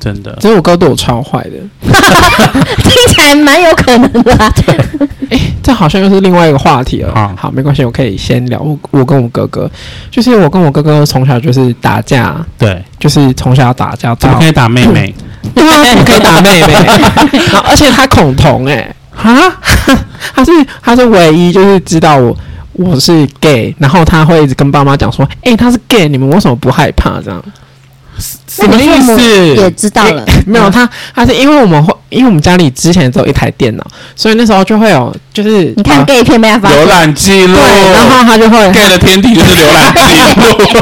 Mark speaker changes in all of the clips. Speaker 1: 真的
Speaker 2: 其实我高度我超坏的，
Speaker 3: 听起来蛮有可能 的啊。
Speaker 2: 这好像又是另外一个话题了。
Speaker 1: 好
Speaker 2: 好，没关系，我可以先聊。我我跟我哥哥，就是我跟我哥哥从小就是打架，
Speaker 1: 对，
Speaker 2: 就是从小打架
Speaker 1: 怎么
Speaker 2: 到
Speaker 1: 可以打妹妹？
Speaker 2: 对啊，怎么可以打妹妹？ 然后而且他恐同哎、啊， 他是他是唯一就是知道我我是 gay，然后他会一直跟爸妈讲说，哎、他是 gay，你们为什么不害怕这样？
Speaker 1: 什么意
Speaker 3: 也
Speaker 1: 思？
Speaker 3: 知道了， 嗯
Speaker 2: 没有，他他是因为我们会，因为我们家里之前只有一台电脑，所以那时候就会有就是
Speaker 3: 你看哦
Speaker 2: 啊
Speaker 3: gay 片没办法，
Speaker 1: 浏览记录，
Speaker 2: 对，然后他就会
Speaker 1: gay 的天地就是浏览记录。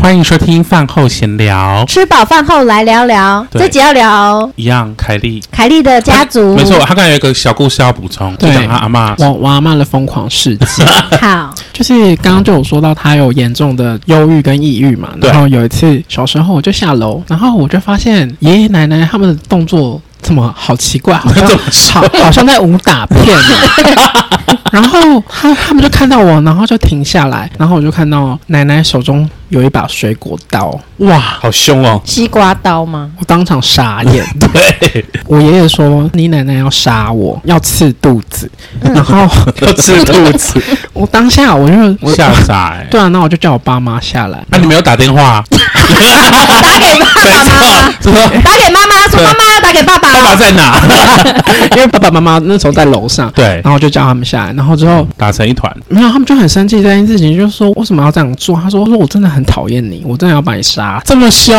Speaker 1: 欢迎收听饭后闲聊，
Speaker 3: 吃饱饭后来聊聊，
Speaker 1: 对
Speaker 3: 这集要聊
Speaker 1: 一样凯莉
Speaker 3: 凯莉的家 族，
Speaker 1: 没错，，他刚才有一个小故事要补充，就
Speaker 2: 对
Speaker 1: 讲他阿妈
Speaker 2: 我我阿妈的疯狂事 迹，
Speaker 3: 好，
Speaker 2: 就是刚刚就有说到她有严重的忧郁跟抑郁嘛，
Speaker 1: 对
Speaker 2: 然后有一次小时候我就下楼，然后我就发现爷爷奶奶他们的动作怎么好奇怪，好像
Speaker 1: 怎么说
Speaker 2: 好好像在武打片啊， 然后他他们就看到我，然后就停下来，然后我就看到奶奶手中有一把水果刀，
Speaker 1: 哇，好凶哦，
Speaker 3: 西瓜刀吗？
Speaker 2: 我当场傻眼。
Speaker 1: 对，
Speaker 2: 我爷爷说：“你奶奶要杀我，要刺肚子。”然后
Speaker 1: 要吃兔子，
Speaker 2: 我当下我就我
Speaker 1: 吓傻哎、
Speaker 2: 对啊，那我就叫我爸妈下来。
Speaker 1: 那、你没有打电 话？
Speaker 3: 打给爸爸妈妈，
Speaker 1: 没错，说
Speaker 3: 打给妈妈，说
Speaker 1: 对
Speaker 3: 妈妈要打给爸爸
Speaker 1: 爸爸
Speaker 3: 哦，
Speaker 1: 在哪？
Speaker 2: 因为爸爸妈妈那时候在楼上，
Speaker 1: 对，
Speaker 2: 然后就叫他们下来，然后之后
Speaker 1: 打成一团，
Speaker 2: 没有，他们就很生气这件事情，就是说为什么要这样做？他说：“说我真的很讨厌你，我真的要把你杀。
Speaker 1: 这么凶，”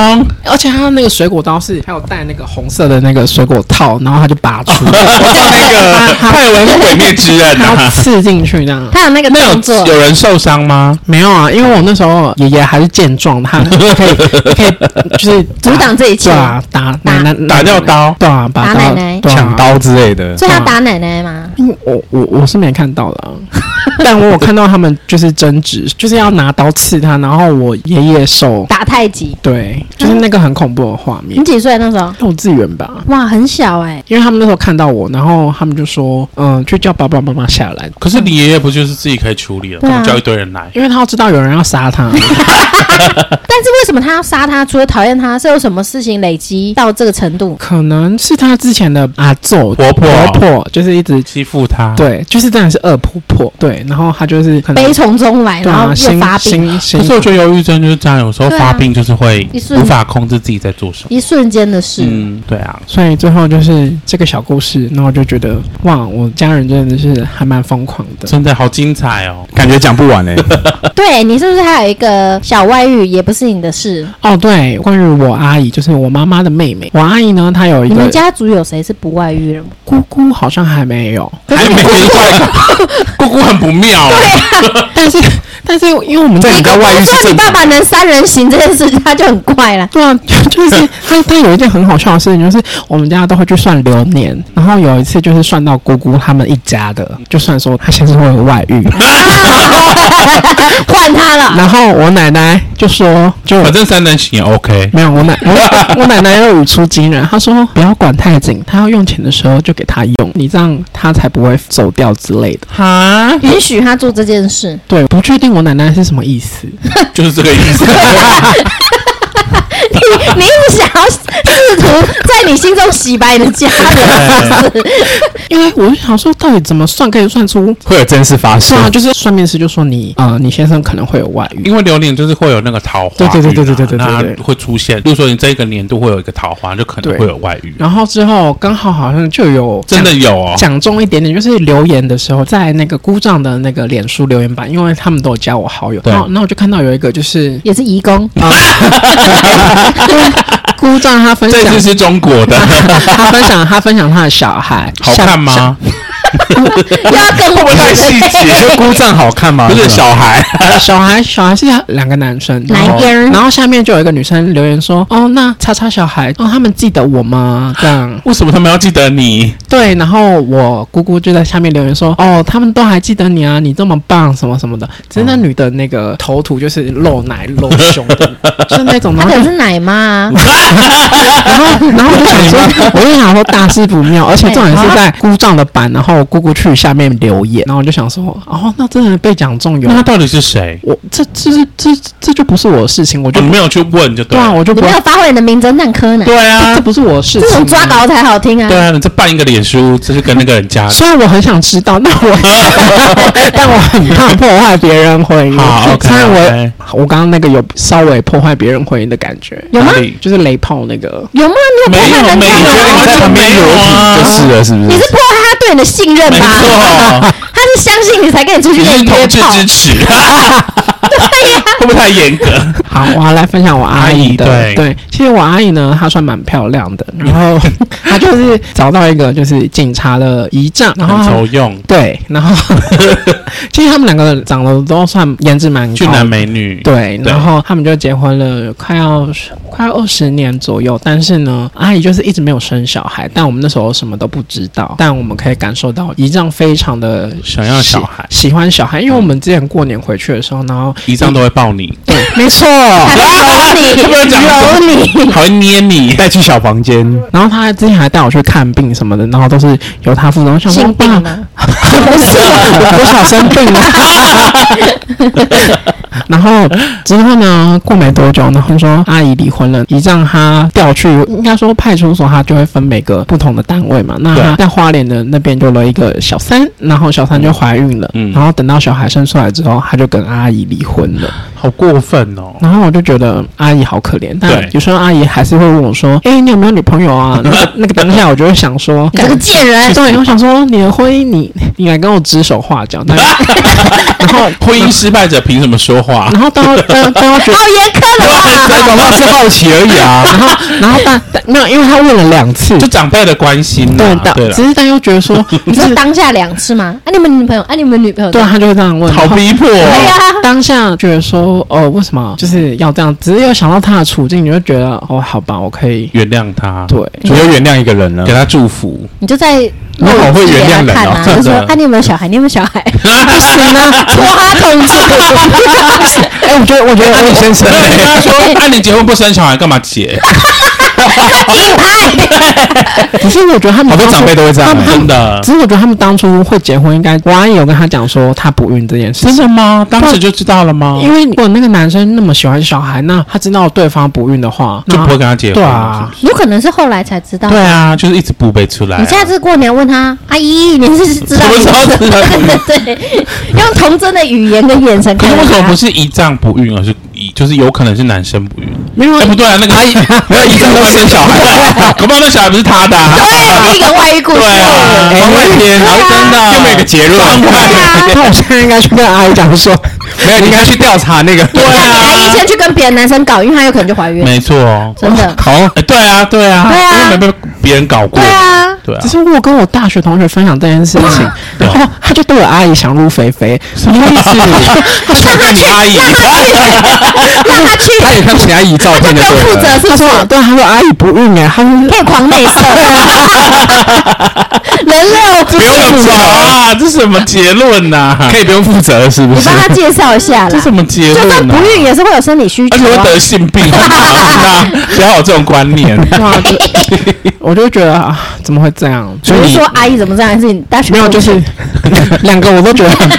Speaker 2: 而且他那个水果刀是还有带那个红色的那个水果套，然后他就拔出，
Speaker 1: 我叫 那个泰文是鬼灭之刃
Speaker 2: 然后
Speaker 1: 啊，
Speaker 2: 刺进去这样。
Speaker 3: 他有那个
Speaker 1: 那
Speaker 3: 动作
Speaker 1: 有，有人受伤吗？
Speaker 2: 没有啊，因为我那时候爷爷还是健壮， 他可以可以就是
Speaker 3: 阻挡这一切
Speaker 2: 对，啊，打奶奶
Speaker 1: 打掉，刀、
Speaker 2: 对啊，把
Speaker 3: 打
Speaker 2: 刀
Speaker 3: 奶奶
Speaker 2: 对啊
Speaker 1: 抢刀之类的，
Speaker 3: 所以他打奶奶
Speaker 1: 啊
Speaker 3: 吗？
Speaker 2: 因为我我我是没看到的、啊， 但我有看到他们就是争执，就是要拿刀刺他，然后我爷爷手，
Speaker 3: 打太极，
Speaker 2: 对，就是那个很恐怖的画面
Speaker 3: 你。几岁那时候？
Speaker 2: 幼稚园吧，
Speaker 3: 哇，很小哎，
Speaker 2: 因为他们那时候看到我，然后他们就说，嗯，去叫爸爸妈妈下来，
Speaker 1: 可是你爷爷不就是自己可以处理了，
Speaker 3: 对
Speaker 1: 干
Speaker 3: 啊
Speaker 1: 嘛叫一堆人来？
Speaker 2: 因为他要知道有人要杀 他。
Speaker 1: 呃
Speaker 3: 但是为什么他要杀他？除了讨厌他，是有什么事情累积到这个程度？
Speaker 2: 可能是他之前的阿揍
Speaker 1: 婆婆
Speaker 2: 婆婆，就是一直
Speaker 1: 欺负他，
Speaker 2: 对，就是真的是恶婆婆，对，然后他就是
Speaker 1: 嗯
Speaker 2: 可能
Speaker 3: 悲从中来，
Speaker 2: 对
Speaker 3: 然后
Speaker 2: 啊，
Speaker 3: 又
Speaker 2: 心
Speaker 3: 发病，
Speaker 2: 心
Speaker 1: 可是
Speaker 2: 心
Speaker 1: 我觉得忧郁症就是这样，有时候
Speaker 3: 对啊
Speaker 1: 发病就是会
Speaker 3: 一瞬
Speaker 1: 无法控制自己在做什么。
Speaker 3: 一瞬间的事。
Speaker 1: 嗯，对啊，
Speaker 2: 所以最后就是这个小故事，那我就觉得哇，我家人真的是还蛮疯狂的。
Speaker 1: 真的好精彩哦！
Speaker 4: 感觉讲不完哎、
Speaker 3: 对你是不是还有一个小外遇，也不是你的事？
Speaker 2: 哦，对，关于我阿姨，就是我妈妈的妹妹，我阿姨呢，她
Speaker 4: 哎
Speaker 2: 有一
Speaker 3: 你们
Speaker 2: 个
Speaker 3: 家族有谁是不外遇的吗？
Speaker 2: 姑姑，好像还没有，
Speaker 1: 还没 姑姑很不妙啊，
Speaker 2: 但是 但是因为我们
Speaker 4: 对
Speaker 2: 家
Speaker 4: 你知道外遇是
Speaker 3: 说你
Speaker 4: 正
Speaker 3: 爸
Speaker 4: 常
Speaker 3: 爸能三人行这件事，他就很怪了。
Speaker 2: 对啊， 就是她她有一件很好笑的事情，就是我们家都会去算流年，然后有一次就是算到姑姑他们一家的，就算说她先生会有外遇，
Speaker 3: 换他 了，
Speaker 2: 然后我奶奶就说，就我
Speaker 1: 反正三人行也 OK。
Speaker 2: 没有，我奶 我我奶奶又语出惊人，她说不要管太紧，她要用钱的时候就给她用，你这样她才不会走掉之类的。
Speaker 1: 哈，
Speaker 3: 允许他做这件事，
Speaker 2: 对，不确定我奶奶是什么意思。
Speaker 1: 就是这个意思。
Speaker 3: 你一直想要试图在你心中洗白你的家人，是不是
Speaker 2: 因为我就想说，到底怎么算可以算
Speaker 1: 嗯
Speaker 2: 出？
Speaker 4: 会有真事发
Speaker 2: 是
Speaker 4: 生。
Speaker 2: 啊，就是算命师就说你啊、呃你先生可能会有外遇。
Speaker 1: 因为流年就是会有那个桃花运啊，
Speaker 2: 对对对对对对对
Speaker 1: 那
Speaker 2: 对
Speaker 1: 会出现。比如说你这一个年度会有一个桃花，就可能
Speaker 2: 对
Speaker 1: 会有外遇，啊
Speaker 2: 然后之后刚好好像就有
Speaker 1: 真的有哦
Speaker 2: 讲。讲中一点点，就是留言的时候，在那个姑丈的那个脸书留言板，因为他们都有加我好友，
Speaker 1: 对
Speaker 2: 然后然后我就看到有一个就是
Speaker 3: 也是移 工，
Speaker 2: 姑丈他分
Speaker 1: 这
Speaker 2: 享
Speaker 1: 次是中国的，
Speaker 2: 他分享他分享他的小孩，
Speaker 1: 好
Speaker 2: 小
Speaker 1: 看？吗？
Speaker 3: 又要跟我
Speaker 1: 会不会太细
Speaker 4: 你
Speaker 1: 节？
Speaker 4: 说姑丈好看 吗？
Speaker 1: 不是小孩，
Speaker 2: 小小孩小孩是两个男生，然后
Speaker 3: 来根
Speaker 4: 哦
Speaker 2: 然后下面就有一个女生留言说：“哦，那叉叉小孩，哦，他们记得我吗？” 这样
Speaker 1: 为什么他们要记得你？
Speaker 2: 对，然后我姑姑就在下面留言说：“哦，他们都还记得你啊，你这么棒，什么什么的。”只是那女的那个头图就是露奶露胸的，就是那种，
Speaker 3: 他
Speaker 2: 然后
Speaker 3: 啊可
Speaker 2: 就
Speaker 3: 能是奶妈，啊
Speaker 4: 哦
Speaker 2: 然后然后我就想说，我就想说大事不妙，而且重点是在姑丈的版，然后我姑姑去下面留言，然后我就想说，哦，那真的被讲中有
Speaker 1: 那他到底是谁？
Speaker 2: 我这这是这这就不是我的事情，我就
Speaker 1: 哦你
Speaker 2: 不
Speaker 1: 没有去问就对
Speaker 2: 对啊，
Speaker 1: 了。
Speaker 2: 我就
Speaker 3: 你
Speaker 2: 不
Speaker 3: 没有发挥你的名侦探柯南，
Speaker 1: 对
Speaker 2: 这
Speaker 1: 啊
Speaker 2: 这，不是我的事
Speaker 3: 这
Speaker 2: 情
Speaker 3: 种
Speaker 2: 啊，
Speaker 3: 抓搞才好听啊
Speaker 1: 对。啊，你这办一个脸书，这是跟那个人 家的。
Speaker 2: 虽然我很想知道，但我 但我很怕破坏别人婚姻。
Speaker 1: 好，OK，
Speaker 2: 虽然我
Speaker 1: OK
Speaker 2: 我刚刚那个有稍微破坏别人婚姻的感觉，
Speaker 3: 有吗
Speaker 1: 哪？里
Speaker 2: 就是雷炮那个。
Speaker 3: 有吗？你有
Speaker 1: 没
Speaker 3: 破
Speaker 1: 有
Speaker 3: 坏人
Speaker 1: 没
Speaker 3: 家
Speaker 1: 有
Speaker 4: 你觉得你
Speaker 3: 吗？
Speaker 4: 在旁边裸体就是了，是不
Speaker 3: 你
Speaker 4: 啊是
Speaker 3: 是？破坏他对你的信任
Speaker 1: 没
Speaker 3: 吧？
Speaker 1: 错，
Speaker 3: 他是相信你才跟你出去
Speaker 1: 你
Speaker 3: 跟
Speaker 1: 是
Speaker 3: 你约
Speaker 1: 同志
Speaker 3: 炮。
Speaker 1: 支持， 会不会太 严格？
Speaker 2: 好，我要来分享我阿姨的。
Speaker 1: 阿姨对
Speaker 2: 其实我阿姨呢，她算蛮漂亮 的，然后 她就是找到一个就是警察的姨丈，然后
Speaker 1: 很
Speaker 2: 她
Speaker 1: 愁用，
Speaker 2: 对，然后 其实他们两个长得都算颜值蛮
Speaker 1: 俊
Speaker 2: 高的
Speaker 1: 男。美女，
Speaker 2: 对，
Speaker 1: 对
Speaker 2: 然后他们就结婚了，快要快二十年左右。但是呢，阿姨就是一直没有生小孩，但我们那时候什么都不知道。但我们可以感受到姨丈非常的
Speaker 1: 想要小孩
Speaker 2: 喜喜欢小孩，因为我们之前过年回去的时候，然后
Speaker 1: 一张都会抱你，
Speaker 2: 对，没错，
Speaker 3: 还会揉
Speaker 1: 不
Speaker 3: 你，
Speaker 1: 讲
Speaker 3: 揉你，
Speaker 1: 还会捏你，
Speaker 4: 带去小房间，
Speaker 2: 然后他之前还带我去看病什么的，然后都是由他负责。我想说，
Speaker 3: 性病
Speaker 2: 爸，
Speaker 3: 吗？
Speaker 2: 不是我我小生病了。 然后之后呢，过没多久，然后说阿姨离婚了，姨丈他调去，应该说派出所，他就会分每个不同的单位嘛。那他
Speaker 1: 对
Speaker 2: 在花莲的那边有了一个小三，然后小三就怀孕了，
Speaker 1: 嗯
Speaker 2: 然后等到小孩生出来之后，他就跟阿姨离婚了。
Speaker 1: 好过分哦！
Speaker 2: 然后我就觉得阿姨好可怜，但
Speaker 1: 对
Speaker 2: 有时候阿姨还是会问我说：“哎、你有没有女朋友啊？”那个那个当下，我就会想说，
Speaker 3: 你这个哎贱人！
Speaker 2: 对，我想说你的婚姻你，你来跟我指手画脚，但然后
Speaker 1: 婚姻失败者凭什么说 话？
Speaker 2: 然后当当当我觉得，
Speaker 3: 好严苛的话，
Speaker 4: 对，搞不好是好奇而已啊。
Speaker 2: 然后 然后但但没有，因为他问了两次，
Speaker 1: 就长辈的关心
Speaker 2: 对
Speaker 1: 呐，
Speaker 2: 但
Speaker 1: 对了
Speaker 2: 只，是但又觉得说，
Speaker 3: 你
Speaker 2: 就
Speaker 3: 说
Speaker 2: 是
Speaker 3: 当下两次吗？啊，你们女朋友，啊，你们女朋友，
Speaker 2: 对，他就会这样问，
Speaker 1: 好
Speaker 2: 然后
Speaker 1: 逼迫
Speaker 3: 对
Speaker 1: 哦，
Speaker 3: 呀，
Speaker 2: 当下觉得说，哦，为什么就是要这样？只是有想到他的处境，你就觉得，哦，好吧，我可以，
Speaker 1: 原谅他，
Speaker 2: 对，
Speaker 4: 你要原谅一个人 了
Speaker 1: 给，他祝福，
Speaker 3: 你就在
Speaker 4: 你好会原谅人
Speaker 3: 看啊
Speaker 4: 哦，
Speaker 1: 真
Speaker 3: 就
Speaker 1: 的
Speaker 3: 说啊，你有没有小孩？你有没有小孩？
Speaker 2: 不行啊，
Speaker 3: 拖他同志，
Speaker 2: 哎、我觉得，我觉得，
Speaker 4: 那
Speaker 2: 我
Speaker 4: 你先生
Speaker 1: 对，你跟他说，啊，你结婚不生小孩干嘛结？
Speaker 2: 可是我觉得他们
Speaker 4: 好多
Speaker 2: 当初
Speaker 4: 长辈都会这样
Speaker 2: 他们
Speaker 4: 哎
Speaker 1: 啊
Speaker 2: 他
Speaker 1: 真
Speaker 2: 们
Speaker 1: 的，
Speaker 2: 只是我觉得他们当初会结婚，应该我阿姨有跟他讲说她不孕这件事
Speaker 1: 真
Speaker 2: 情。哦
Speaker 1: 的吗？哦当时就知道了吗？
Speaker 2: 因为如果那个男生那么喜欢小孩，那他知道对方不孕的话，
Speaker 1: 就
Speaker 2: 那
Speaker 1: 不会跟他结婚，
Speaker 2: 对啊，
Speaker 3: 有可能是后来才知道。
Speaker 1: 对啊，就是一直不被出来啊。
Speaker 3: 你下次过年问他，阿姨，你是知道
Speaker 1: 什么时候知道
Speaker 3: 对对对，用童真的语言跟眼神
Speaker 1: 可
Speaker 3: 看
Speaker 1: 是
Speaker 3: 着他。
Speaker 1: 为什么不是一丈不孕，而是一就是有可能是男生不孕？
Speaker 2: 没有
Speaker 1: 哎，不
Speaker 2: 啊，
Speaker 1: 对 啊，那个阿姨没有一丈都生小 孩，搞不好那小孩不是他的啊。
Speaker 3: 对，一个外遇故事。
Speaker 1: 对啊，
Speaker 2: 哎
Speaker 1: 番外篇，
Speaker 3: 对啊
Speaker 1: 真的
Speaker 4: 又没有个结论
Speaker 1: 番外
Speaker 3: 对
Speaker 2: 那
Speaker 3: 啊，
Speaker 2: 我现在应该去跟阿姨讲说，
Speaker 4: 没有，你应该去调查那个。对
Speaker 3: 让阿姨先去跟别的男生搞，因为她有可能就怀孕，
Speaker 1: 啊没错哦，
Speaker 3: 真的。
Speaker 4: 好，
Speaker 1: 哎对啊，对啊，
Speaker 3: 对啊
Speaker 1: 因为没被别人搞过
Speaker 3: 对，啊，
Speaker 1: 对啊
Speaker 2: 只，是我跟我大学同学分享这件事情，然后他就对啊我阿姨想入非非，什么意 思？
Speaker 1: 他想跟你阿姨，
Speaker 3: 让她去，
Speaker 4: 他也看起阿姨 照片
Speaker 3: 不
Speaker 4: 就
Speaker 3: 用
Speaker 4: 对
Speaker 3: 负责
Speaker 4: 了。
Speaker 3: 是不
Speaker 2: 他
Speaker 3: 是？
Speaker 2: 说，对，啊他说阿姨不孕哎，他说
Speaker 3: 可以狂 内射，人肉，
Speaker 1: 不用
Speaker 4: 负责
Speaker 1: 走啊，这什么结论呐？
Speaker 4: 可以不用负责，是不
Speaker 3: 你
Speaker 4: 是
Speaker 3: 帮？他介绍一下
Speaker 1: 这
Speaker 3: 啦。
Speaker 1: 什么结
Speaker 3: 就算
Speaker 1: 论
Speaker 3: 啊
Speaker 1: 呐？
Speaker 3: 不孕也是会有生理需求
Speaker 1: 而且
Speaker 3: 啊
Speaker 1: 会。得性病，很麻 烦啊不要有这种观念。
Speaker 2: 对啊，就我就觉得啊，怎么会这样？
Speaker 3: 比
Speaker 2: 所
Speaker 3: 如
Speaker 2: 以
Speaker 3: 说阿姨怎么这样，还是你大学
Speaker 2: 没有，就是两个我都觉 得很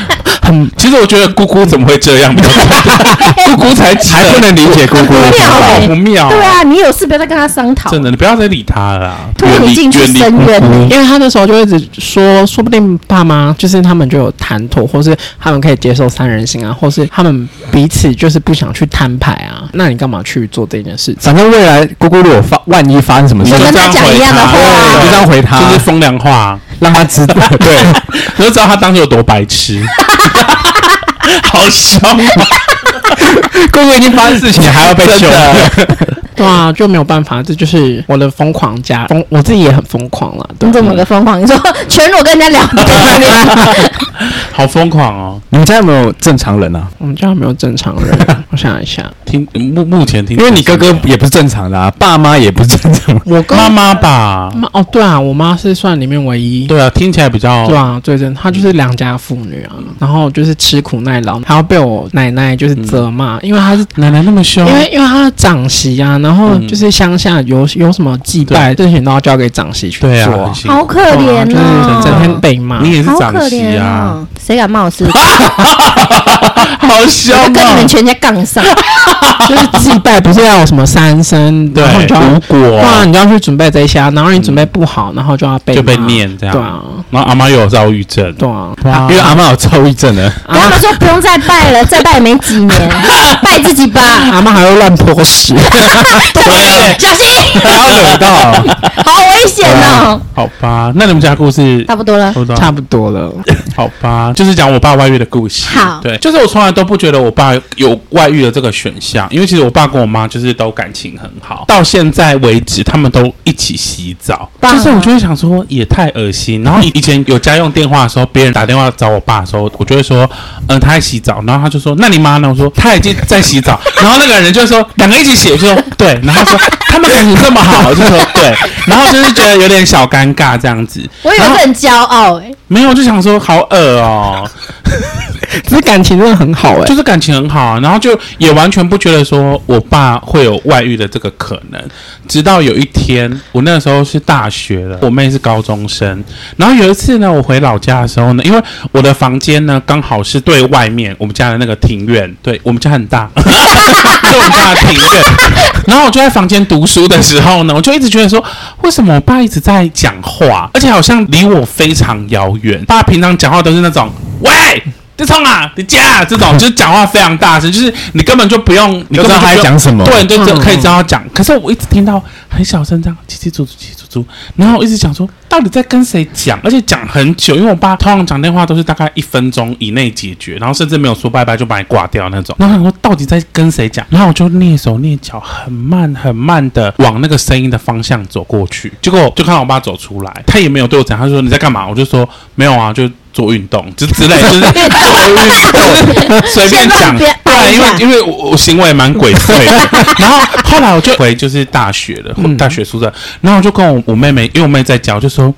Speaker 2: 很
Speaker 1: 其实我觉得姑姑怎么会这样？姑姑才
Speaker 4: 还不能理解姑姑的
Speaker 3: 不
Speaker 4: 想
Speaker 3: 妙
Speaker 4: 法
Speaker 3: 哎
Speaker 1: 好不妙，
Speaker 3: 对，啊，你有事不要再跟他商讨，
Speaker 1: 真的，你不要再理他了啦，
Speaker 3: 拖你进去
Speaker 1: 远离
Speaker 3: 深渊。
Speaker 2: 因为他那时候就一直说，说不定爸妈就是他们就有谈妥，或是他们可以接受三人行啊，或是他们彼此就是不想去摊牌啊，那你干嘛去做这件事情？
Speaker 4: 反正未来姑姑如果发万一发生什么
Speaker 1: 你
Speaker 4: 事
Speaker 1: 就，
Speaker 3: 跟他
Speaker 1: 这样
Speaker 3: 讲一
Speaker 1: 回
Speaker 3: 样的
Speaker 1: 他
Speaker 3: 话
Speaker 1: 对
Speaker 4: 你就这样回他
Speaker 1: 就是风凉话，
Speaker 4: 让他知道。 对，
Speaker 1: 你就知道他当时有多白痴，好凶啊！
Speaker 4: 姑姑已经发生事情，还要被
Speaker 1: 真
Speaker 4: 凶。
Speaker 1: 的
Speaker 2: 对啊，就没有办法，这就是我的疯狂加疯，我自己也很疯狂了。对
Speaker 3: 你怎么个疯狂？你说全裸跟人家聊 天，
Speaker 1: 好疯狂哦！
Speaker 4: 你们家有没有正常人啊？
Speaker 2: 我们家有没有正常人？ 我想一下，
Speaker 1: 听目目前听，
Speaker 4: 因为你哥哥也不是正常的啊，爸妈也不是正常人。
Speaker 2: 我跟
Speaker 1: 妈妈吧，
Speaker 2: 妈哦，对啊，我妈是算里面唯一。
Speaker 1: 对啊，听起来比较
Speaker 2: 对啊，最真，她就是良家妇女啊，然后就是吃苦耐劳，还要被我奶奶就是责骂，因为她是
Speaker 1: 奶奶那么凶
Speaker 2: 因为因为他的长媳啊，然然后
Speaker 1: 嗯
Speaker 2: 就是乡下有有什么祭拜这些，都要交给长媳去做
Speaker 1: 对啊，
Speaker 2: 啊
Speaker 1: 很，辛苦
Speaker 3: 好可
Speaker 2: 哇
Speaker 3: 怜
Speaker 2: 就是啊
Speaker 3: 哦，
Speaker 2: 整天被骂。
Speaker 1: 你也是
Speaker 3: 好
Speaker 1: 长
Speaker 3: 可
Speaker 1: 媳
Speaker 3: 怜
Speaker 1: 啊，
Speaker 3: 哦，谁敢骂我是？
Speaker 1: 好
Speaker 3: 我
Speaker 1: 笑
Speaker 3: 就跟你们
Speaker 1: 吗？
Speaker 3: 全家杠上，
Speaker 2: 就是祭拜不是要有什么三声，
Speaker 1: 对
Speaker 2: 然后你就要
Speaker 1: 无果
Speaker 2: 哇，你就要去准备这些啊，然后你准备不好，然后就要被
Speaker 1: 啊就被
Speaker 2: 骂
Speaker 1: 念这样
Speaker 2: 对啊，
Speaker 1: 然后阿妈又有躁郁症，
Speaker 2: 对啊，
Speaker 4: 因为阿妈有躁郁症啊的，
Speaker 3: 跟他们说不用再拜了，再拜也没几年，拜自己吧，
Speaker 2: 阿妈还会乱泼屎，
Speaker 3: 小心，
Speaker 4: 然后惹到，
Speaker 3: 好危险哦。
Speaker 1: 好吧，那你们家故事
Speaker 3: 差不多了
Speaker 1: 差，不多
Speaker 2: 差不多 了。
Speaker 1: 好吧，就是讲我爸外遇的故事。
Speaker 3: 好
Speaker 1: 对，就是我从来都不觉得我爸有外遇的这个选项，因为其实我爸跟我妈就是都感情很好，到现在为止他们都一起洗澡。
Speaker 3: 棒啊
Speaker 1: 就是我就会想说也太恶心。然后以以前有家用电话的时候，别人打电话找我爸的时候，我就会说，嗯、他在洗澡，然后他就说，那你妈呢？我说他已经在洗澡。然后那个人就说两个一起洗，我就说对，然后他说他们感情这么好，我就说对，然后就是觉得有点小尴尬这样子。
Speaker 3: 我以为
Speaker 1: 然后
Speaker 3: 是很骄傲哎，
Speaker 1: 没有，我就想说好恶哦、
Speaker 2: 只是感情真的很好哎、
Speaker 1: 就是感情很好、啊，然后就也完全不觉得说我爸会有外遇的这个可能。直到有一天，我那时候是大学了，我妹是高中生，然后有一次呢，我回老家的时候呢，因为我的房间呢刚好是对外面我们家的那个庭院，对我们家很大， 对我们家的庭院。然后我就在房间读书的时候呢，我就一直觉得说，为什么我爸一直在讲话，而且好像离我非常遥远。爸平常讲话都是那种喂。就冲啊！你家啊这种就是讲话非常大声，就是你根本就不用，你
Speaker 4: 就
Speaker 1: 根
Speaker 4: 知
Speaker 1: 本就
Speaker 4: 道他在
Speaker 1: 不用
Speaker 4: 讲什么
Speaker 1: 对，你就只可以知道他讲。可是我一直听到很小声这样叽叽喳喳、叽叽喳喳，然后我一直想说，到底在跟谁讲？而且讲很久，因为我爸通常讲电话都是大概一分钟以内解决，然后甚至没有说拜拜就把你挂掉那种。
Speaker 4: 嗯
Speaker 1: 然后我想说，到底在跟谁讲？然后我就蹑手蹑脚，很慢很慢的往那个声音的方向走过去，结果就看到我爸走出来，他也没有对我讲，他就说你在干嘛？我就说没有啊，就。做运动，就之类，就是做运动，随便
Speaker 3: 先
Speaker 1: 讲，
Speaker 3: 让别人
Speaker 1: 对啊，
Speaker 3: 摆一
Speaker 1: 因为
Speaker 3: 下
Speaker 1: 因为我我行为蛮鬼祟 的，然后后来我就嗯回就是大学了，大学宿舍，然后我就跟我我妹妹，因为我妹在教，就说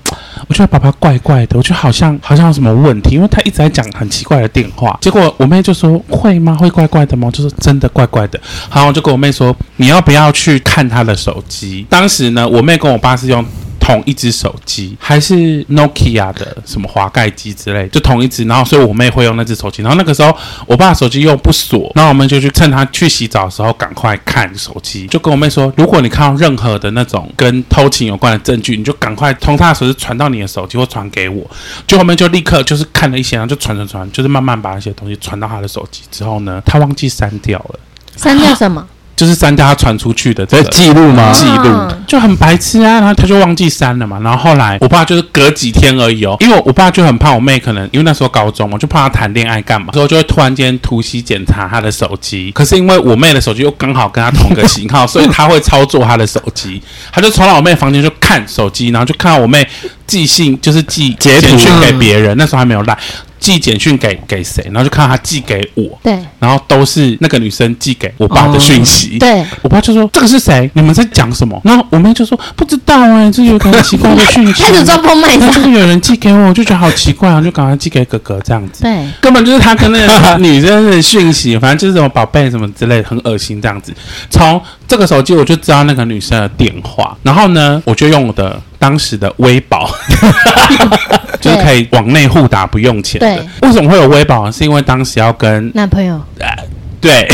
Speaker 1: 我觉得爸爸怪怪的，我觉得好像好像有什么问题，因为他一直在讲很奇怪的电话，结果我妹就说会吗？会怪怪的吗？我就说真的怪怪的，然后我就跟我妹说你要不要去看她的手机？当时呢，我妹跟我爸是用。同一只手机，还是 Nokia 的什么滑盖机之类，就同一只。然后，所以我妹会用那只手机。然后那个时候，我爸手机又不锁，然后我们就去趁他去洗澡的时候，赶快看手机。就跟我妹说，如果你看到任何的那种跟偷情有关的证据，你就赶快从他的手机传到你的手机，或传给我。就后面就立刻就是看了一些，然后就传传传，就是慢慢把那些东西传到他的手机之后呢，他忘记删掉了，
Speaker 3: 删掉什么？
Speaker 1: 就是删掉他传出去的这
Speaker 4: 在
Speaker 1: 个
Speaker 4: 记录吗？
Speaker 1: 记录
Speaker 3: 啊，
Speaker 1: 就很白痴啊，然后他就忘记删了嘛。然后后来我爸就是隔几天而已哦，因为我爸就很怕我妹，可能因为那时候高中嘛，就怕她谈恋爱干嘛，所以我就会突然间突袭检查她的手机。可是因为我妹的手机又刚好跟她同个型号，所以她会操作她的手机，她就传到我妹房间就看手机，然后就看到我妹寄信，就是寄
Speaker 4: 截图
Speaker 1: 简讯给
Speaker 2: 嗯
Speaker 1: 别人，那时候还没有赖。寄简讯给给谁，然后就看到她寄给我，
Speaker 3: 对
Speaker 1: 然后都是那个女生寄给我爸的讯息，
Speaker 3: 对，
Speaker 1: 我爸就说：“这个是谁？你们在讲什么？”然后我妹就说：“不知道哎、这有一个很奇怪的讯 息。”
Speaker 3: 开始装疯卖
Speaker 1: 然后
Speaker 3: 傻
Speaker 1: 就。有人寄给我，我就觉得好奇怪啊，就赶快寄给哥哥这样子。
Speaker 3: 对，
Speaker 1: 根本就是他跟那个女生的讯息，反正就是什么宝贝什么之类的，很恶心这样子。从这个手机我就知道那个女生的电话，然后呢，我就用我的当时的微 保，就是可以往内互打不用钱的。为什么会有微保？是因为当时要跟
Speaker 3: 男朋友
Speaker 1: 对，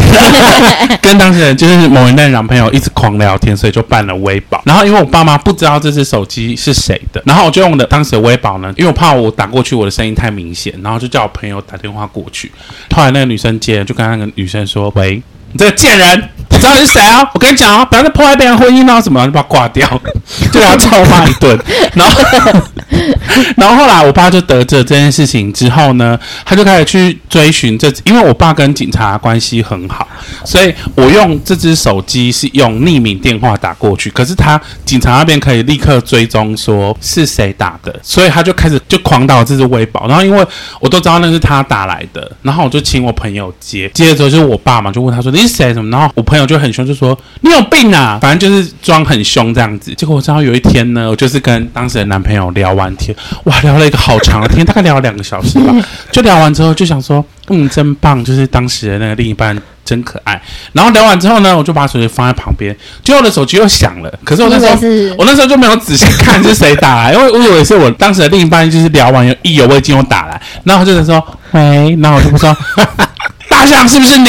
Speaker 1: 跟当时的就是某一任男朋友一直狂聊天，所以就办了微保。然后因为我爸妈不知道这只手机是谁的，然后我就用的当时的微保呢，因为我怕我打过去我的声音太明显，然后就叫我朋友打电话过去。后来那个女生接了，就跟那个女生说：“喂，你这个贱人，你知道你是谁啊？我跟你讲啊，不要再破坏别人婚姻啊，什么，然后就把他挂掉， 就给他臭骂一顿。”然后。 然后后来我爸就得知了这件事情之后呢，他就开始去追寻这，因为我爸跟警察关系很好，所以我用这只手机是用匿名电话打过去，可是他警察那边可以立刻追踪说是谁打的，所以他就开始就狂打我这只微保，然后因为我都知道那是他打来的，然后我就请我朋友接，接了之后就是我爸嘛，就问他说你是谁什么，然后我朋友就很凶就说你有病啊，反正就是装很凶这样子。结果我知道有一天呢，我就是跟当时的男朋友聊完天，哇，聊了一个好长的天， 大概聊了两个小时吧，就聊完之后就想说，嗯，真棒，就是当时的那个另一半真可爱。然后聊完之后呢，我就把手机放在旁边，结果我的手机又响了，可是我那时候
Speaker 3: 你以为是
Speaker 1: 我那时候就没有仔细看是谁打来，因为我以为是我当时的另一半，就是聊完有意犹未尽又打来，然后他就在说喂，然后我就说。大象是不 是你？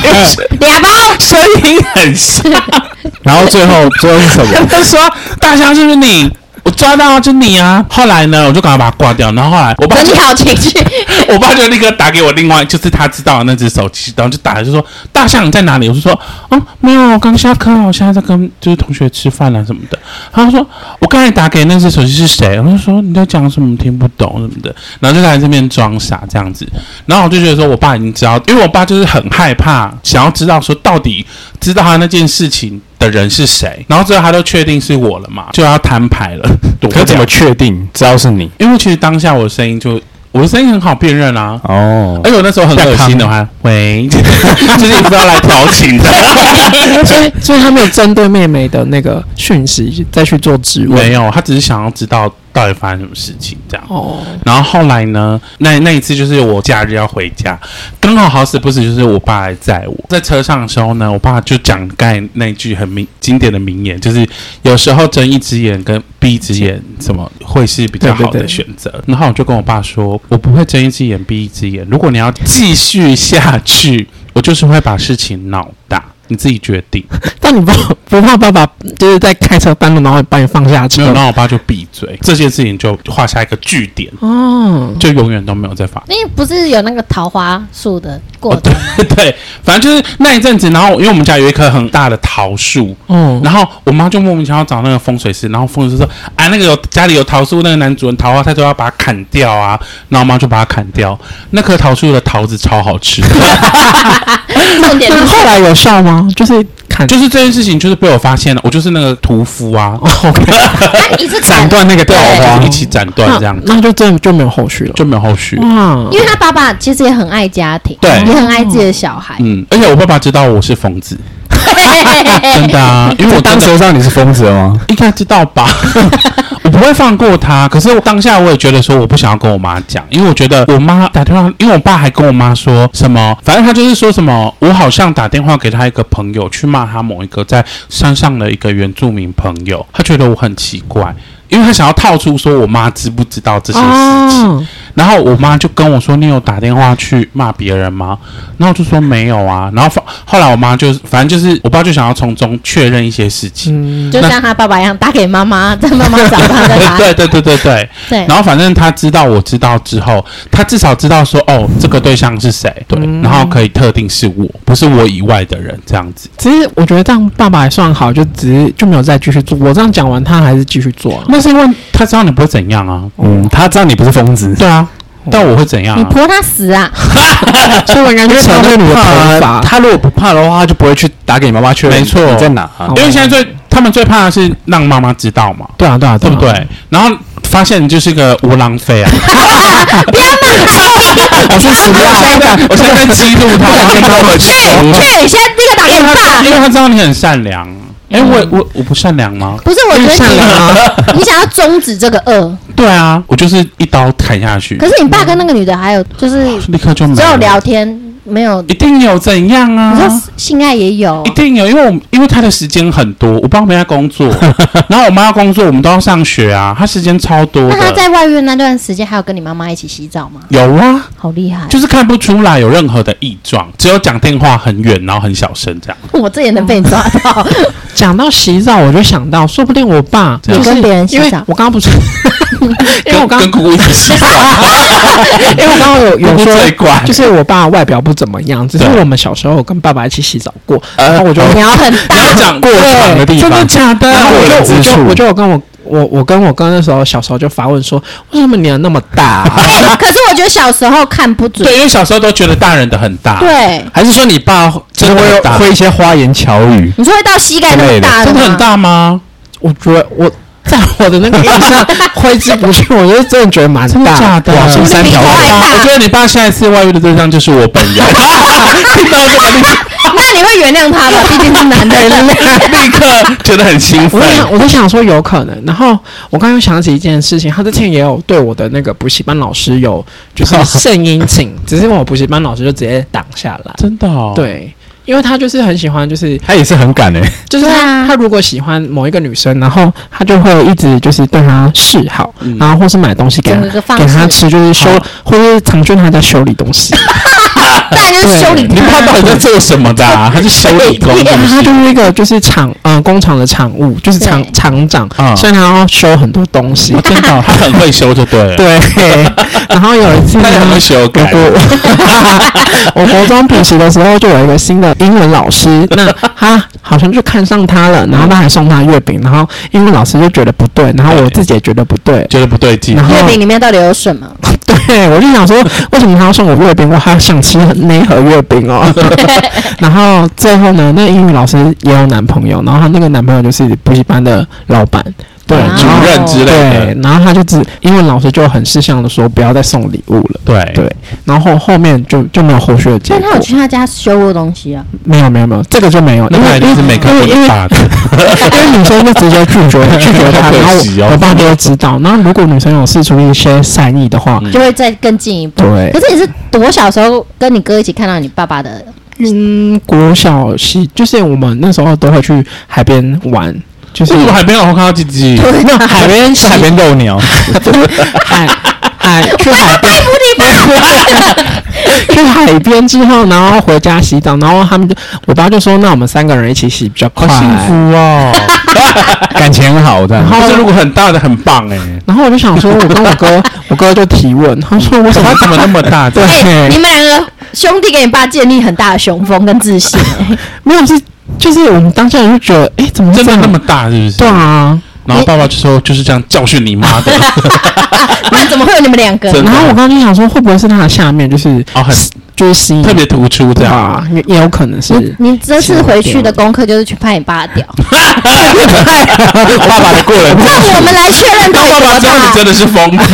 Speaker 1: 哑巴，声音很像。
Speaker 4: 然后最后最后哦是什 么？
Speaker 1: 他就说大象是不是你？我抓到啊就你啊！后来呢，我就赶快把它挂掉。然后后来我爸
Speaker 3: 整
Speaker 1: 就
Speaker 3: 理好情 绪，
Speaker 1: 我爸就立刻打给我另外就是他知道的那只手机，然后就打来就说大象你在哪里？我就说哦没有，我刚下课，啊我现在在跟就是同学吃饭啊什么的。他就说我刚才打给那只手机是谁？我就说你在讲什么听不懂什么的，然后就在这边装傻这样子。然后我就觉得说我爸已经知道，因为我爸就是很害怕，想要知道说到底知道他那件事情。的人是谁？然后最后他都确定是我了嘛，就要摊牌了。躲不
Speaker 4: 可怎
Speaker 1: 了
Speaker 4: 么确定知道是你？
Speaker 1: 因为其实当下我的声音就我的声音很好辨认啊，
Speaker 4: 哦
Speaker 1: 而，且我那时候很恶心的话，喂， 就是一直要来调情 的，
Speaker 2: 所以所以他没有针对妹妹的那个讯息再去做质问。
Speaker 1: 没有，他只是想要知道到底发生什么事情这样。
Speaker 2: 哦，
Speaker 1: 然后后来呢，那那一次就是我假日要回家，刚好好死不死就是我爸来载我，在车上的时候呢，我爸就讲盖那句很名经典的名言，就是有时候睁一只眼跟闭一只眼，怎么会是比较好
Speaker 2: 对对
Speaker 1: 的
Speaker 2: 对
Speaker 1: 选择？然后我就跟我爸说，我不会睁一只眼闭一只眼，如果你要继续下去，我就是会把事情闹大，你自己决定。
Speaker 2: 但你不不怕爸爸就是在开车半路，然后把你放下
Speaker 1: 没有，
Speaker 2: 车？
Speaker 1: 然后我爸就闭嘴，这件事情就画下一个句点，
Speaker 2: 哦，
Speaker 1: 就永远都没有再发生
Speaker 3: 因为不是有那个桃花树的
Speaker 4: 哦
Speaker 3: 过程，
Speaker 1: 对，反正就是那一阵子，然后因为我们家有一棵很大的桃树，
Speaker 4: 嗯
Speaker 2: 哦，
Speaker 1: 然后我妈就莫名其妙找那个风水师，然后风水师说啊，那个有家里有桃树，那个男主人桃花，他就要把它砍掉啊，然后我妈就把它砍掉。那棵桃树的桃子超好 吃的，
Speaker 3: 重点
Speaker 2: 那
Speaker 3: 是
Speaker 2: 后来有效吗？就是砍
Speaker 1: 就是这件事情就是被我发现了，我就是那个屠夫 啊，
Speaker 3: 他一次
Speaker 4: 斩
Speaker 3: 砍，
Speaker 4: 断那个桃
Speaker 1: 然后
Speaker 4: 花
Speaker 1: 一，起斩断
Speaker 2: 那
Speaker 1: 这样子，
Speaker 2: 那就真的就没有后续了。嗯
Speaker 1: 就没有后续。
Speaker 4: 嗯
Speaker 2: 哇，
Speaker 3: 因为他爸爸其实也很爱家庭，
Speaker 1: 对
Speaker 3: 也很爱自己的小孩，
Speaker 1: 嗯，而且我爸爸知道我是疯子， 真
Speaker 3: 真
Speaker 1: 的啊，因为我
Speaker 4: 当
Speaker 1: 真的
Speaker 4: 时让你是疯子了吗？
Speaker 1: 应该知道吧？ 我不会放过他。可是当下我也觉得说，我不想要跟我妈讲，因为我觉得我妈打电话，因为我爸还跟我妈说什么，反正他就是说什么，我好像打电话给他一个朋友去骂他某一个在山上的一个原住民朋友，他觉得我很奇怪。因为他想要套出说我妈知不知道这些事情，
Speaker 2: 哦，
Speaker 1: 然后我妈就跟我说：“你有打电话去骂别人吗？”然后我就说没有啊。然后反后来我妈就反正就是我爸就想要从中确认一些事情，
Speaker 2: 嗯，
Speaker 3: 就像他爸爸一样打给妈妈，让妈妈找他的 答
Speaker 1: 对对
Speaker 3: 案。
Speaker 1: 对对对。
Speaker 3: 对
Speaker 1: 然，后反正他知道我知道之后，他至少知道说哦，这个对象是谁，对，然后可以特定是我，不是我以外的人这样子。
Speaker 2: 只是我觉得这样爸爸还算好，就只是就没有再继续做。我这样讲完，他还是继续做啊。
Speaker 1: 那是因为他知道你不会怎样啊，
Speaker 4: 嗯，他知道你不是疯子，
Speaker 1: 对啊，但我会怎样、
Speaker 3: 你
Speaker 1: 啊？
Speaker 3: 婆他死啊！
Speaker 2: 所以我应该去扯那个女的头
Speaker 4: 怕
Speaker 2: 发。
Speaker 4: 他如果不怕的话，他就不会去打给你妈妈确认
Speaker 1: 没错哦
Speaker 4: 你在哪啊。
Speaker 1: 因为现在最他们最怕的是让妈妈知道嘛，
Speaker 2: 对啊，对啊，
Speaker 1: 对
Speaker 2: 啊
Speaker 1: 不对？然后发现你就是个无浪费啊！我现在在
Speaker 4: 我去死
Speaker 1: 我现在在激怒他，然后让他回去。
Speaker 3: 去，现在立刻打给你爸
Speaker 1: 因。为他知道你很善良。哎、我我我不善良吗？
Speaker 3: 嗯不是， 我觉
Speaker 2: 善良
Speaker 3: 得
Speaker 2: 啊，
Speaker 3: 你你想要终止这个恶，
Speaker 1: 对啊，我就是一刀砍下去，
Speaker 3: 可是你爸跟那个女的还有就是
Speaker 1: 立刻就没
Speaker 3: 只有
Speaker 1: 了
Speaker 3: 聊天，没有，
Speaker 1: 一定有怎样
Speaker 3: 你说
Speaker 1: 啊？
Speaker 3: 性爱也有
Speaker 1: 一，定有，因为我因为他的时间很多，我帮我们家工 作，然后我妈要工作，我们都要上学啊，他时间超多
Speaker 3: 那他
Speaker 1: 的。
Speaker 3: 在外遇那段时间还有跟你妈妈一起洗澡吗？
Speaker 1: 有啊，
Speaker 3: 好厉害！
Speaker 1: 就是看不出来有任何的异状，只有讲电话很远，然后很小声这样。
Speaker 3: 我这也能被你抓 到，
Speaker 2: 讲到洗澡，我就想到，说不定我爸
Speaker 1: 这样
Speaker 2: 就是
Speaker 3: 跟别人洗
Speaker 2: 因为
Speaker 3: 澡
Speaker 2: 我刚刚不是， 因为我
Speaker 1: 跟
Speaker 2: 刚
Speaker 1: 跟
Speaker 2: 因
Speaker 1: 姑姑一起洗澡，
Speaker 2: 为我刚刚有有
Speaker 1: 姑姑
Speaker 2: 说
Speaker 1: 最乖，
Speaker 2: 就是我爸外表不怎么样，只是
Speaker 1: 对
Speaker 2: 我们小时候有跟爸爸一起洗澡过，
Speaker 4: 呃
Speaker 2: 然后我就
Speaker 3: 苗很
Speaker 1: 你要讲过
Speaker 4: 场的地
Speaker 2: 真
Speaker 4: 方
Speaker 2: 的假的？然后我
Speaker 4: 过
Speaker 2: 就
Speaker 4: 人之
Speaker 2: 我就
Speaker 4: 处
Speaker 2: 我就有跟我我我跟我哥那时候小时候就发问说，为什么你的那么大啊、
Speaker 3: 大。可是我觉得小时候看不准，
Speaker 1: 对，啊因为小时候都觉得大人的很大，
Speaker 3: 对，
Speaker 4: 还是说你爸 就是
Speaker 1: 真的
Speaker 4: 会
Speaker 1: 很大
Speaker 4: 会一些花言巧语？
Speaker 3: 你说会到膝盖那么大的
Speaker 1: 真的很
Speaker 3: 吗？
Speaker 1: 大吗？
Speaker 2: 我觉得我在我的那个印象挥之不去，我就真的觉得蛮
Speaker 1: 真的
Speaker 2: 大
Speaker 1: 假的
Speaker 2: 哇，是三条
Speaker 3: 你比我还
Speaker 2: 腿。
Speaker 3: 大
Speaker 1: 我觉得你爸下一次外遇的对象就是我本人，听到这个地方
Speaker 3: 那你会原谅他 吧，毕竟是男的。
Speaker 1: 立刻 觉得很兴
Speaker 2: 我
Speaker 1: 奋
Speaker 2: 在。想，我在想说有可能。然后我刚刚又想起一件事情，他之前也有对我的那个补习班老师有就是献殷勤，只是我补习班老师就直接挡下来。
Speaker 1: 真的、哦，，
Speaker 2: 对，因为他就是很喜欢，就是
Speaker 4: 他也是很敢哎、
Speaker 2: 就是
Speaker 3: 对
Speaker 2: 他、
Speaker 3: 啊
Speaker 2: 他如果喜欢某一个女生，然后他就会一直就是对她示好，
Speaker 1: 嗯
Speaker 2: 然后或是买东西给她
Speaker 3: 整个方式
Speaker 2: 给她吃，就是修，或者是常去他家修理东 西。
Speaker 3: 再来就是修理
Speaker 1: 你爸到底在做什么的、啊？他是修理工，是
Speaker 3: 啊
Speaker 2: 对，
Speaker 1: 不
Speaker 2: 他
Speaker 1: 是？
Speaker 2: 就是一个就是厂嗯、工厂的厂务，就是厂
Speaker 3: 对
Speaker 2: 厂长，
Speaker 1: 嗯
Speaker 2: 所以他要修很多 东西。
Speaker 1: 哦真的 哦，他很会修就对了。
Speaker 2: 对，然后有一次呢
Speaker 1: 他，也很会修
Speaker 2: 我
Speaker 1: 改。
Speaker 2: 国 我国中补习的时候就有一个新的英文老 师，那他好像就看上他了，然后他还送他月饼，然后英文老师就觉得不对，然后我
Speaker 1: 对
Speaker 2: 自己也觉得不对，
Speaker 1: 觉得不对劲
Speaker 2: 然，后
Speaker 3: 月饼里面到底有什么？
Speaker 2: 对我就想说，为什么他要送我月饼？我还想吃那一盒月饼 哦。然后最后呢，那英语老师也有男朋友，然后她那个男朋友就是补习班的老板，对，
Speaker 3: 哇
Speaker 2: 然
Speaker 1: 主
Speaker 2: 后
Speaker 1: 任之类
Speaker 2: 对
Speaker 1: 的，，
Speaker 2: 然后他就只英文老师就很识相的说不要再送礼物了。
Speaker 1: 对
Speaker 2: 对，然后后面就就没有后续的结
Speaker 3: 但
Speaker 2: 果
Speaker 3: 他有。去他家修过东西啊？
Speaker 2: 没有没有没有，这个就没有，
Speaker 1: 那
Speaker 2: 因
Speaker 1: 他
Speaker 2: 为
Speaker 1: 一定
Speaker 2: 因
Speaker 1: 是
Speaker 2: 为
Speaker 1: 没看过
Speaker 2: 因为
Speaker 1: 你爸的。
Speaker 2: 因为女生就直接拒绝拒绝 他，
Speaker 1: 好可
Speaker 2: 然后
Speaker 1: 惜哦
Speaker 2: 我我爸就会知道。然后如果女生有试出一些善意的话，
Speaker 1: 嗯
Speaker 3: 就会再更进一步。
Speaker 2: 对
Speaker 3: 可，是你是多小时候跟你哥一起看到你爸爸的？
Speaker 2: 嗯，国小西就是我们那时候都会去海边玩，就是
Speaker 1: 为什么海边老公看到鸡鸡？
Speaker 2: 那种海边
Speaker 4: 是海边斗鸟，
Speaker 2: 海海去海边，去海边之后，然后回家洗澡，然后他们就我爸就说，那我们三个人一起洗比较快。
Speaker 1: 哦！
Speaker 4: 感情很好这样。
Speaker 1: 然后是如果很大的很棒哎，
Speaker 2: 然后我就想说，我跟我哥， 我哥就提问，他说我怎么
Speaker 1: 他怎么那么大？
Speaker 2: 对
Speaker 3: 哎、你们两个兄弟给你爸建立很大的雄风跟自信、哎
Speaker 2: 没有是就是我们当下人就觉得，哎、怎么会
Speaker 1: 真
Speaker 2: 这
Speaker 1: 的
Speaker 2: 样
Speaker 1: 那么大是不是？
Speaker 2: 对。啊？
Speaker 1: 然后爸爸就说就是这样教训你妈的，
Speaker 3: 不然怎么会有你们两个？
Speaker 1: 真的
Speaker 2: 然后我刚刚就想说，会不会是他的下面就是
Speaker 1: 哦，很
Speaker 2: 就是吸引
Speaker 1: 特别突出这
Speaker 2: 对
Speaker 1: 样。
Speaker 2: 啊，也也有可能是。
Speaker 3: 你这次回去的功课就是去拍你爸的屌，
Speaker 1: 爸爸的过人，
Speaker 3: 让我们来确认到
Speaker 1: 让
Speaker 3: 底
Speaker 1: 爸爸知
Speaker 3: 多
Speaker 1: 道你
Speaker 3: 大
Speaker 1: 真。的是疯子。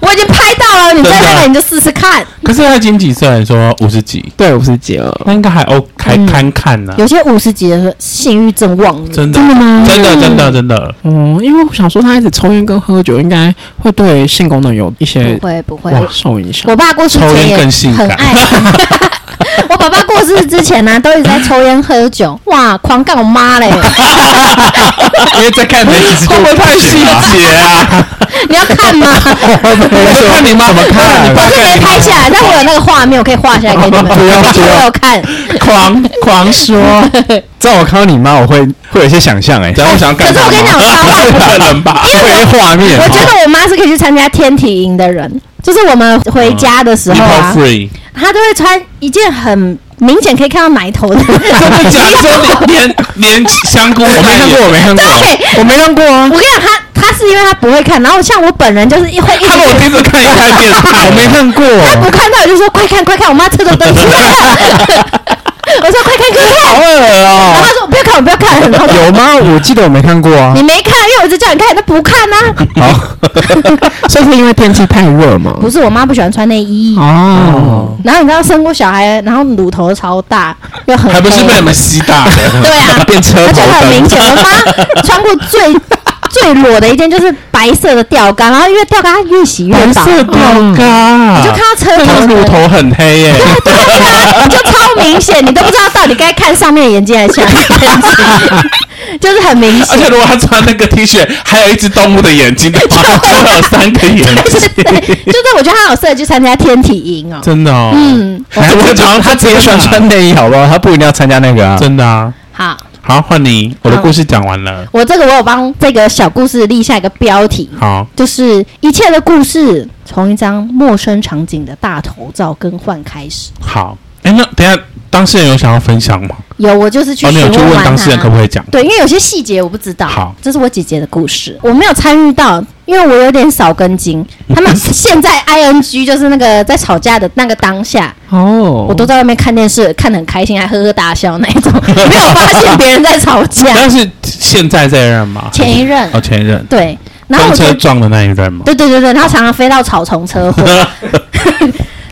Speaker 3: 我已经拍到了，你再
Speaker 1: 真的
Speaker 3: 看看你就试试看。
Speaker 1: 可是他已经几岁？说五十几，
Speaker 2: 对，我是杰儿。
Speaker 1: 那应该还 O 还堪看呢。
Speaker 3: 有些五十几的时候性欲正旺，
Speaker 1: 真的啊
Speaker 2: 真，的吗？
Speaker 1: 真的，真的，真的。
Speaker 2: 哦，因为我想说，他一直抽烟跟喝酒，应该会对性功能有一些
Speaker 3: 不会不会。
Speaker 2: 哇受影响
Speaker 3: 我。爸过世
Speaker 1: 哎抽
Speaker 3: 前
Speaker 1: 烟
Speaker 3: 也
Speaker 1: 更性
Speaker 3: 很
Speaker 1: 感
Speaker 3: 爱。 我爸爸过世之前呢、都一直在抽烟喝酒，哇，狂干我妈 嘞！
Speaker 1: 因为在看美剧，会不会太细节啊？
Speaker 3: 你要看吗？
Speaker 1: 看你妈怎么看？你
Speaker 3: 我
Speaker 1: 爸
Speaker 3: 是 没
Speaker 1: 看
Speaker 3: 拍
Speaker 1: 你
Speaker 3: 下来，但我有那个画面，我可以画下来给你们。
Speaker 1: 不要不要
Speaker 3: 我有看，
Speaker 1: 狂狂说，
Speaker 4: 这样我看到你妈，我会会有一些想象哎、
Speaker 1: 然后想要干
Speaker 3: 可是
Speaker 1: 他
Speaker 3: 我
Speaker 1: 吗。
Speaker 3: 跟你讲超 好
Speaker 1: 不可能吧？
Speaker 4: 会有一些画面。
Speaker 3: 我觉得我妈是可以去参加天体营的人，就是我们回家的时
Speaker 1: 你
Speaker 3: 候
Speaker 1: 好
Speaker 3: 啊，
Speaker 1: free，
Speaker 3: 她都会穿一件很明显可以看到奶头的，
Speaker 1: 真的假 的？连连香菇我
Speaker 4: 我没看过，我没看过，
Speaker 3: 对
Speaker 4: 我没看过啊
Speaker 3: 我。跟你讲，她她是因为她不会看，然后像我本人就是一会一
Speaker 1: 他们我
Speaker 3: 直。
Speaker 1: 盯着看一看电视，
Speaker 4: 我没看过，
Speaker 3: 她不看到，我就说快看快看，我妈厕所灯出来了。 我说快看快看，
Speaker 4: 好恶
Speaker 3: 然后
Speaker 4: 哦、
Speaker 3: 她说不要看我不要看，然后我说
Speaker 4: 有吗？我记得我没看过啊
Speaker 3: 你。没看，因为我一直叫你看，她不看啊。
Speaker 4: 好，
Speaker 2: 所以是因为天气太热嘛？
Speaker 3: 不是我妈不喜欢穿内衣，
Speaker 2: 哦，
Speaker 3: 然后你知道生过小孩，然后乳头超大，又很
Speaker 1: 还不是
Speaker 3: 黑
Speaker 1: 被你们吸大 的？
Speaker 3: 对啊，
Speaker 4: 变车
Speaker 3: 而
Speaker 4: 头
Speaker 3: 且很明
Speaker 4: 灯。
Speaker 3: 显，我妈穿过最最裸的一件就是白色的吊杆，然后越吊杆它越洗越薄，
Speaker 2: 啊
Speaker 3: 就
Speaker 1: 吊嘎，
Speaker 3: 看到车
Speaker 1: 他
Speaker 3: 头
Speaker 1: 们乳头很黑耶，
Speaker 3: 对啊，就超明显，你都不知道到底该看上面的眼睛还是下面的眼睛，就是很明
Speaker 1: 而且
Speaker 3: 显。
Speaker 1: 如果他穿那个 T 恤，还有一只动物的眼 睛的话，就会有三个眼
Speaker 3: 但是对，
Speaker 1: 睛，
Speaker 3: 就是我觉得她好适合去参加天体营哦。
Speaker 1: 真的哦，
Speaker 3: 嗯，我
Speaker 4: 怎么会讲到他直接喜欢穿内衣好不好？他不一定要参加那个啊。
Speaker 1: 真的啊。
Speaker 3: 好，
Speaker 1: 好，换你，我的故事讲完了。
Speaker 3: 我这个我有帮这个小故事立下一个标题，
Speaker 1: 好，
Speaker 3: 就是一切的故事从一张陌生场景的大头照更换开始。
Speaker 1: 好，哎，那等一下当事人有想要分享吗？
Speaker 3: 有，我就是去
Speaker 1: 哦，你
Speaker 3: 询
Speaker 1: 有去
Speaker 3: 问
Speaker 1: 问
Speaker 3: 完
Speaker 1: 当事人
Speaker 3: 他
Speaker 1: 可不可以讲？
Speaker 3: 对，因为有些细节我不知道。
Speaker 1: 好
Speaker 3: 这是我姐姐的故事，我没有参与到，因为我有点少根筋。他们现在 ing 就是那个在吵架的那个当下，
Speaker 2: 哦，
Speaker 3: 我都在外面看电视，看得很开心，还呵呵大笑那一种，没有发现别人在吵架。
Speaker 1: 但是现在这一任吗？
Speaker 3: 前一任
Speaker 1: 哦，前一任，
Speaker 3: 对，然后
Speaker 1: 被
Speaker 3: 我就
Speaker 1: 车撞的那一任吗？
Speaker 3: 对对对对，他常常飞到草丛车祸。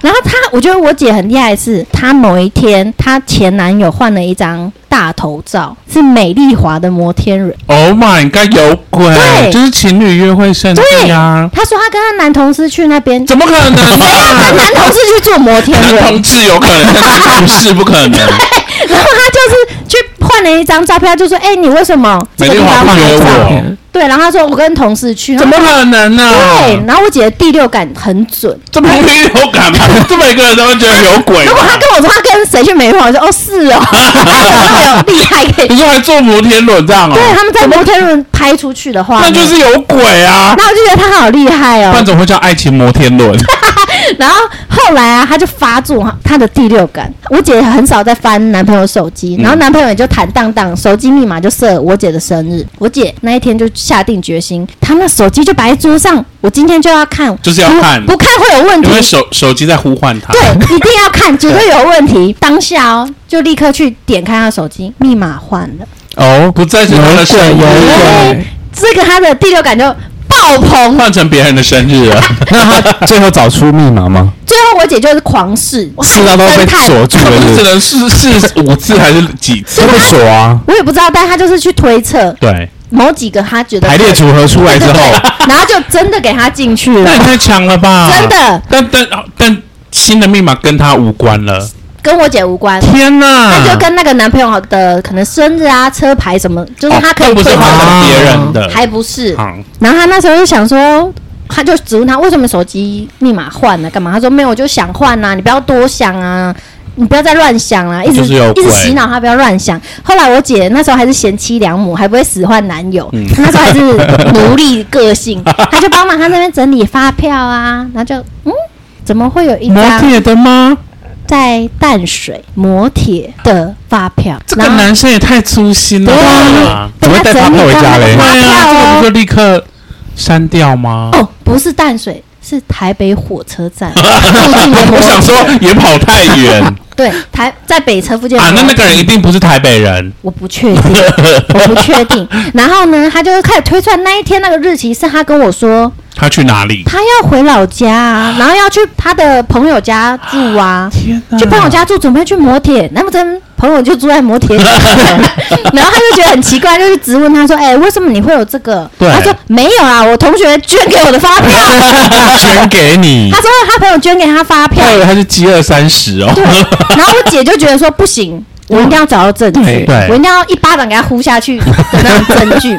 Speaker 3: 然后她，我觉得我姐很厉害的是，她某一天她前男友换了一张大头照，是美丽华的摩天轮。
Speaker 1: Oh my god，有鬼！
Speaker 3: 对
Speaker 1: 就是情侣约会圣地啊！
Speaker 3: 她说她跟她男同事去那边，
Speaker 1: 怎么可能
Speaker 3: 谁要
Speaker 1: 啊
Speaker 3: 跟？ 男同事去坐摩天
Speaker 1: 男
Speaker 3: 轮？
Speaker 1: 同志有可能，但是同事不可 能。
Speaker 3: 然后她就是去换了一张照片，她就说：“哎、你为什么这
Speaker 1: 美
Speaker 3: 个
Speaker 1: 丽
Speaker 3: 地
Speaker 1: 华
Speaker 3: 方
Speaker 1: 不
Speaker 3: 换
Speaker 1: 约
Speaker 3: 照
Speaker 1: 我，
Speaker 3: 对，然后她说：“我跟同事去。”
Speaker 1: 怎么可能呢、
Speaker 3: 对，然后我姐的第六感很准。
Speaker 1: 这不没有感吗？这每个人都会觉得有鬼吗
Speaker 3: 如果她跟我说她跟谁去美丽华，我说：“哦，是 哦，那有厉害可以。
Speaker 1: 你说还坐摩天轮这样”哦、
Speaker 3: 对，他们在摩天轮拍出去的话，
Speaker 1: 那就是有鬼啊！
Speaker 3: 那我就觉得他好厉害
Speaker 1: 不然
Speaker 3: 哦。
Speaker 1: 怎么会叫爱情摩天轮？
Speaker 3: 然后后来啊，他就发作他的第六感。我姐很少在翻男朋友手机，然后男朋友也就坦荡荡，手机密码就设我姐的生日。我姐那一天就下定决心，她那手机就摆在桌上，我今天就要看，
Speaker 1: 就是要看
Speaker 3: 不不看会有问
Speaker 1: 因为啊
Speaker 3: 题。
Speaker 1: 手手机在呼唤他。
Speaker 3: 对，一定要看，绝对有问题。当下哦，就立刻去点开他手机，密码换了。
Speaker 1: 哦，不再是他的生
Speaker 2: 有
Speaker 1: 日，
Speaker 2: 鬼
Speaker 3: 对，这个他的第六感就爆棚。
Speaker 1: 换成别人的生日啊了。
Speaker 4: 那他最后找出密码吗？
Speaker 3: 最后我姐就是狂试，
Speaker 4: 是到都被
Speaker 3: 侦探
Speaker 4: 锁住
Speaker 1: 他
Speaker 4: 了，
Speaker 1: 们
Speaker 4: 是
Speaker 1: 只能
Speaker 4: 不是
Speaker 1: 试试五次还是几次？
Speaker 4: 都被锁啊。
Speaker 3: 我也不知道，但他就是去推测
Speaker 1: 对，
Speaker 3: 某几个他觉得
Speaker 4: 排列组合出来之后，
Speaker 3: 然后就真的给他进去
Speaker 1: 那
Speaker 3: 了
Speaker 1: 也，太强了吧！
Speaker 3: 真的
Speaker 1: 但但但新的密码跟他无关了。
Speaker 3: 跟我姐无关。
Speaker 1: 天哪！
Speaker 3: 那就跟那个男朋友的可能生日啊、车牌什么，就是他可
Speaker 1: 哦
Speaker 3: 以
Speaker 1: 那不
Speaker 3: 推
Speaker 1: 是
Speaker 3: 测
Speaker 1: 换
Speaker 3: 的，
Speaker 1: 成别人的，
Speaker 3: 还不是。
Speaker 1: 好
Speaker 3: 然后他那时候就想说，他就质问他为什么手机密码换了干嘛？他说没有，我就想换啊，你不要多想啊。你不要再乱想啊啦、一直
Speaker 1: 就是有
Speaker 3: 一直
Speaker 1: 鬼
Speaker 3: 洗脑他不要乱想。后来我姐那时候还是贤妻良母，还不会使唤男友，
Speaker 1: 嗯
Speaker 3: 她那时候还是奴隶个性，她就帮忙他那边整理发票啊，然后就嗯，怎么会有一
Speaker 1: 摩
Speaker 3: 张
Speaker 1: 铁的吗？
Speaker 3: 在淡水摩铁的发票？
Speaker 1: 这个
Speaker 3: 然后
Speaker 1: 男生也太粗心了吧！
Speaker 4: 怎么会带
Speaker 3: 等她
Speaker 4: 他
Speaker 3: 整
Speaker 4: 回
Speaker 3: 理到
Speaker 4: 家
Speaker 3: 那个
Speaker 4: 嘞
Speaker 1: 对
Speaker 3: 发
Speaker 1: 啊，这
Speaker 3: 票
Speaker 1: 个
Speaker 3: 哦
Speaker 1: 不就立刻删掉吗？
Speaker 3: 哦，不是淡水，是台北火车 站附近的摩
Speaker 1: 我想
Speaker 3: 铁。
Speaker 1: 说也跑太远啊！
Speaker 3: 对，台在北车附近的摩
Speaker 1: 那
Speaker 3: 铁。
Speaker 1: 啊那个人一定不是台北人，
Speaker 3: 我不确 定，我不确定。然后呢，他就开始推算那一天那个日期是他跟我说
Speaker 1: 他去哪里？
Speaker 3: 他要回老家、啊，然后要去他的朋友家住啊。
Speaker 1: 天哪！
Speaker 3: 去朋友家住，准备去摩铁，那么真朋友就住在摩 铁里，然后他就觉得很奇怪，就是质问他说：“哎、为什么你会有这个？”
Speaker 1: 对
Speaker 3: 他说：“没有啊，我同学捐给我 的发票。
Speaker 4: 捐给你
Speaker 3: 他，说他朋友捐给他发票
Speaker 1: 他，以为他是饥饿三十哦。
Speaker 3: 对。然后我姐就觉得说不行，我一定要找到证据
Speaker 2: 对，
Speaker 1: 对
Speaker 3: 我一定要一巴掌给他呼下去的那种证据。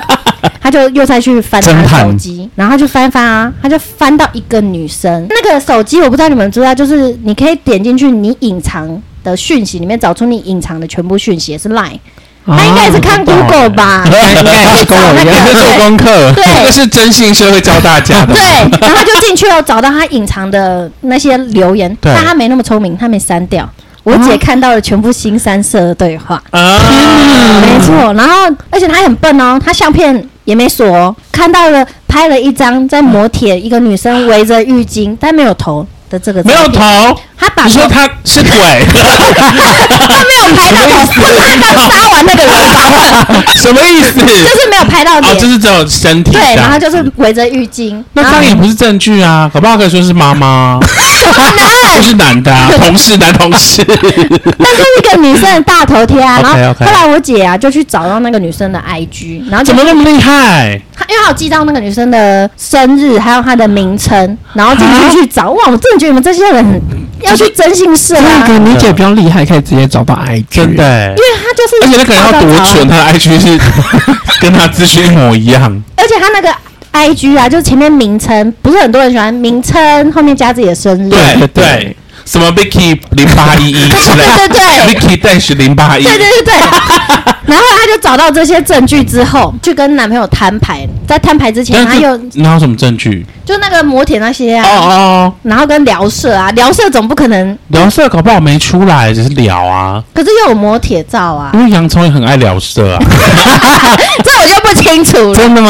Speaker 3: 他就又再去翻
Speaker 4: 侦
Speaker 3: 他
Speaker 4: 探
Speaker 3: 的手机，然后他就翻翻啊，他就翻到一个女生那个手机，我不知道你们知不知道，就是你可以点进去你隐藏的讯息里面找出你隐藏的全部讯息，也是 Line。他
Speaker 2: 啊
Speaker 3: 应该也是看 Google
Speaker 2: 哦
Speaker 3: 吧？
Speaker 2: 应该也是跟我一
Speaker 3: 对
Speaker 4: 你
Speaker 2: 样
Speaker 4: 在做功课，
Speaker 3: 对
Speaker 1: 这个是真心社会教大 家的。
Speaker 3: 对，然后他就进去了，找到他隐藏的那些留言，
Speaker 1: 对
Speaker 3: 但他没那么聪明，他没删掉。我姐看到了全部新三色的对话，
Speaker 1: 啊，
Speaker 3: 没错。然后，而且他很笨哦，他相片也没锁、哦，看到了拍了一张在磨铁，一个女生围着浴巾，但没有头的这个，
Speaker 1: 没有，头。
Speaker 3: 他把
Speaker 1: 你说
Speaker 3: 头
Speaker 1: 他是鬼？
Speaker 3: 他没有拍到头，或者他刚杀完那个人吧，
Speaker 1: 什么意思？
Speaker 3: 就是没有拍 到
Speaker 1: 哦，
Speaker 3: 脸，
Speaker 1: 就是只有身体这样。
Speaker 3: 对，然后就是围着浴巾，
Speaker 1: 那
Speaker 3: 然
Speaker 1: 这
Speaker 3: 后
Speaker 1: 样也不是证据啊，搞不好可以说是妈 妈， 或是男的、啊、同事，男同 事。
Speaker 3: 但是一个女生的大头贴啊，然后
Speaker 1: OK，OK
Speaker 3: 后来我姐啊就去找到那个女生的 IG，然后就
Speaker 1: 怎么那么厉害？
Speaker 3: 她因为她有记到那个女生的生日，还有她的名称，然后进
Speaker 1: 啊
Speaker 3: 去去找。哇，我真的觉得你们这些人很要去真性社啊
Speaker 2: 那，个你姐比较厉害，可以直接找到 IG，
Speaker 1: 真的、欸
Speaker 3: 因，为她就是
Speaker 1: 而且那个人要多蠢，
Speaker 3: 找到
Speaker 1: 他的 IG 是跟他资讯一模一样。
Speaker 3: 找到而且她那个 IG 啊，就是前面名称，不是很多人喜欢名称后面加自己的生日，
Speaker 1: 对
Speaker 2: 对
Speaker 1: 对，什么 Vicky 零八一一之类
Speaker 3: 对对对
Speaker 1: ，Vicky dash 零八一，
Speaker 3: 对对对 对。然后她就找到这些证据之后，去跟男朋友摊牌，在摊牌之前，
Speaker 1: 但
Speaker 3: 她
Speaker 1: 是
Speaker 3: 又
Speaker 1: 哪有什么证据？
Speaker 3: 就那个磨铁那些
Speaker 1: 哦
Speaker 3: 啊。
Speaker 1: 哦哦，
Speaker 3: 然后跟聊色啊，聊色总不可能，
Speaker 1: 聊色搞不好没出来，只是聊啊，
Speaker 3: 可是又有磨铁照 啊，
Speaker 1: 因为洋葱也很爱聊色 啊。
Speaker 3: 这我就不清楚了，
Speaker 4: 真的吗？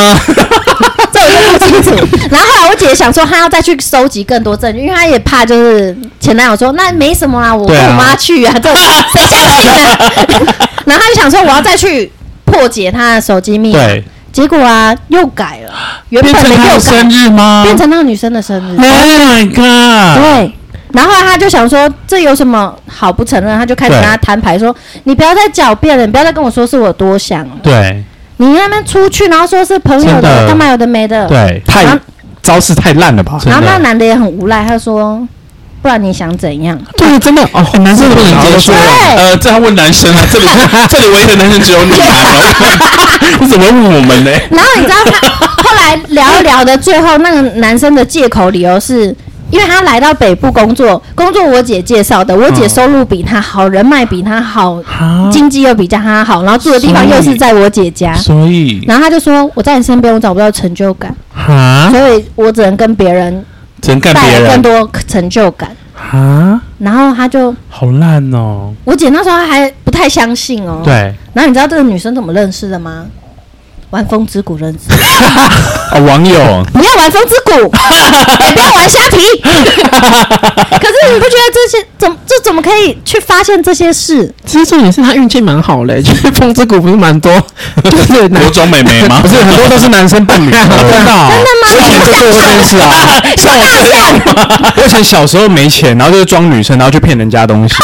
Speaker 3: 这我就不清楚。然后后来我姐想说，她要再去收集更多证据，因为她也怕就是前男友说那没什么啦，我
Speaker 1: 对
Speaker 3: 跟
Speaker 1: 啊
Speaker 3: 我妈去啊， 这谁相信啊？然后她就想说，我要再去破解她的手机密码，
Speaker 1: 对，
Speaker 3: 结果啊又改了，原
Speaker 1: 变
Speaker 3: 本
Speaker 1: 成
Speaker 3: 的
Speaker 1: 他
Speaker 3: 又
Speaker 1: 的
Speaker 3: 改
Speaker 1: 生，日吗？啊
Speaker 3: 变成那个女生的生日，
Speaker 1: Oh my god！
Speaker 3: 对。然后后来他就想说，这有什么好不承认？他就开始
Speaker 1: 对
Speaker 3: 跟他摊牌说：“你不要再狡辩了，你不要再跟我说是我多想了。
Speaker 1: 对
Speaker 3: 你那边出去，然后说是朋友
Speaker 1: 真的
Speaker 3: 的，干嘛有的没的。
Speaker 1: 对，
Speaker 4: 太
Speaker 3: 啊
Speaker 4: 招式太烂了吧？
Speaker 1: 真
Speaker 3: 然后那
Speaker 1: 的
Speaker 3: 个男的也很无赖，他说：“不然你想怎样
Speaker 2: 对，真的哦，男生
Speaker 1: 不能接受。
Speaker 3: 对
Speaker 1: 呃，这要问男生啊，这里 这里唯一的男生只有你 啊，你怎么会问我们呢？？”
Speaker 3: 然后你知道 他后来聊一聊的最后，那个男生的借口理由是。因为他来到北部工作，工作我姐介绍的，我姐
Speaker 1: 嗯
Speaker 3: 收入比他好，人脉比他好，
Speaker 1: 啊，
Speaker 3: 经济又比较他好，然后住的地方又是在我姐家，
Speaker 1: 所以
Speaker 4: 嗯
Speaker 3: 然后他就说我在你身边我找不到成就感，
Speaker 1: 啊，
Speaker 3: 所以我只能跟别人
Speaker 1: 只能干别
Speaker 3: 带来更
Speaker 1: 人
Speaker 3: 多成就感。
Speaker 1: 啊，
Speaker 3: 然后他就，
Speaker 1: 好烂哦。
Speaker 3: 我姐那时候还不太相信哦。。
Speaker 1: 对，
Speaker 3: 然后你知道这个女生怎么认识的吗？玩风之谷认 识的，
Speaker 4: 啊，网友
Speaker 3: 不要玩风之 谷，也不要玩虾皮。可是你不觉得这些怎么这怎么可以去发现这些事？
Speaker 2: 其实重点是他运气蛮好嘞， 就是风之谷不是蛮多，就是男
Speaker 1: 国中美眉吗？
Speaker 4: 不是很多都是男生扮女的，
Speaker 1: 真的哦
Speaker 3: 真的吗？
Speaker 4: 我以前就 做过这件事啊， 像我这 样，我以前小时候没钱，然后就是装女生，然后去骗人家 东西，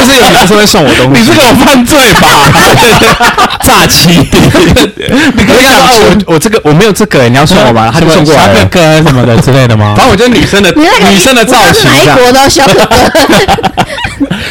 Speaker 4: 就是有男生会送我东西，
Speaker 1: 你这个有犯罪 吧？
Speaker 4: 诈欺， 你可以说哦，我我这个我没有这个，你要送我吗？他就送过来
Speaker 1: 小
Speaker 4: 了
Speaker 1: 哥。哥什么 的之类的吗
Speaker 4: 反？正我觉得女 生的
Speaker 3: 你那个
Speaker 4: 女生的造型
Speaker 3: 哪
Speaker 4: 这
Speaker 3: 一
Speaker 4: 样，
Speaker 3: 国的小哥 哥？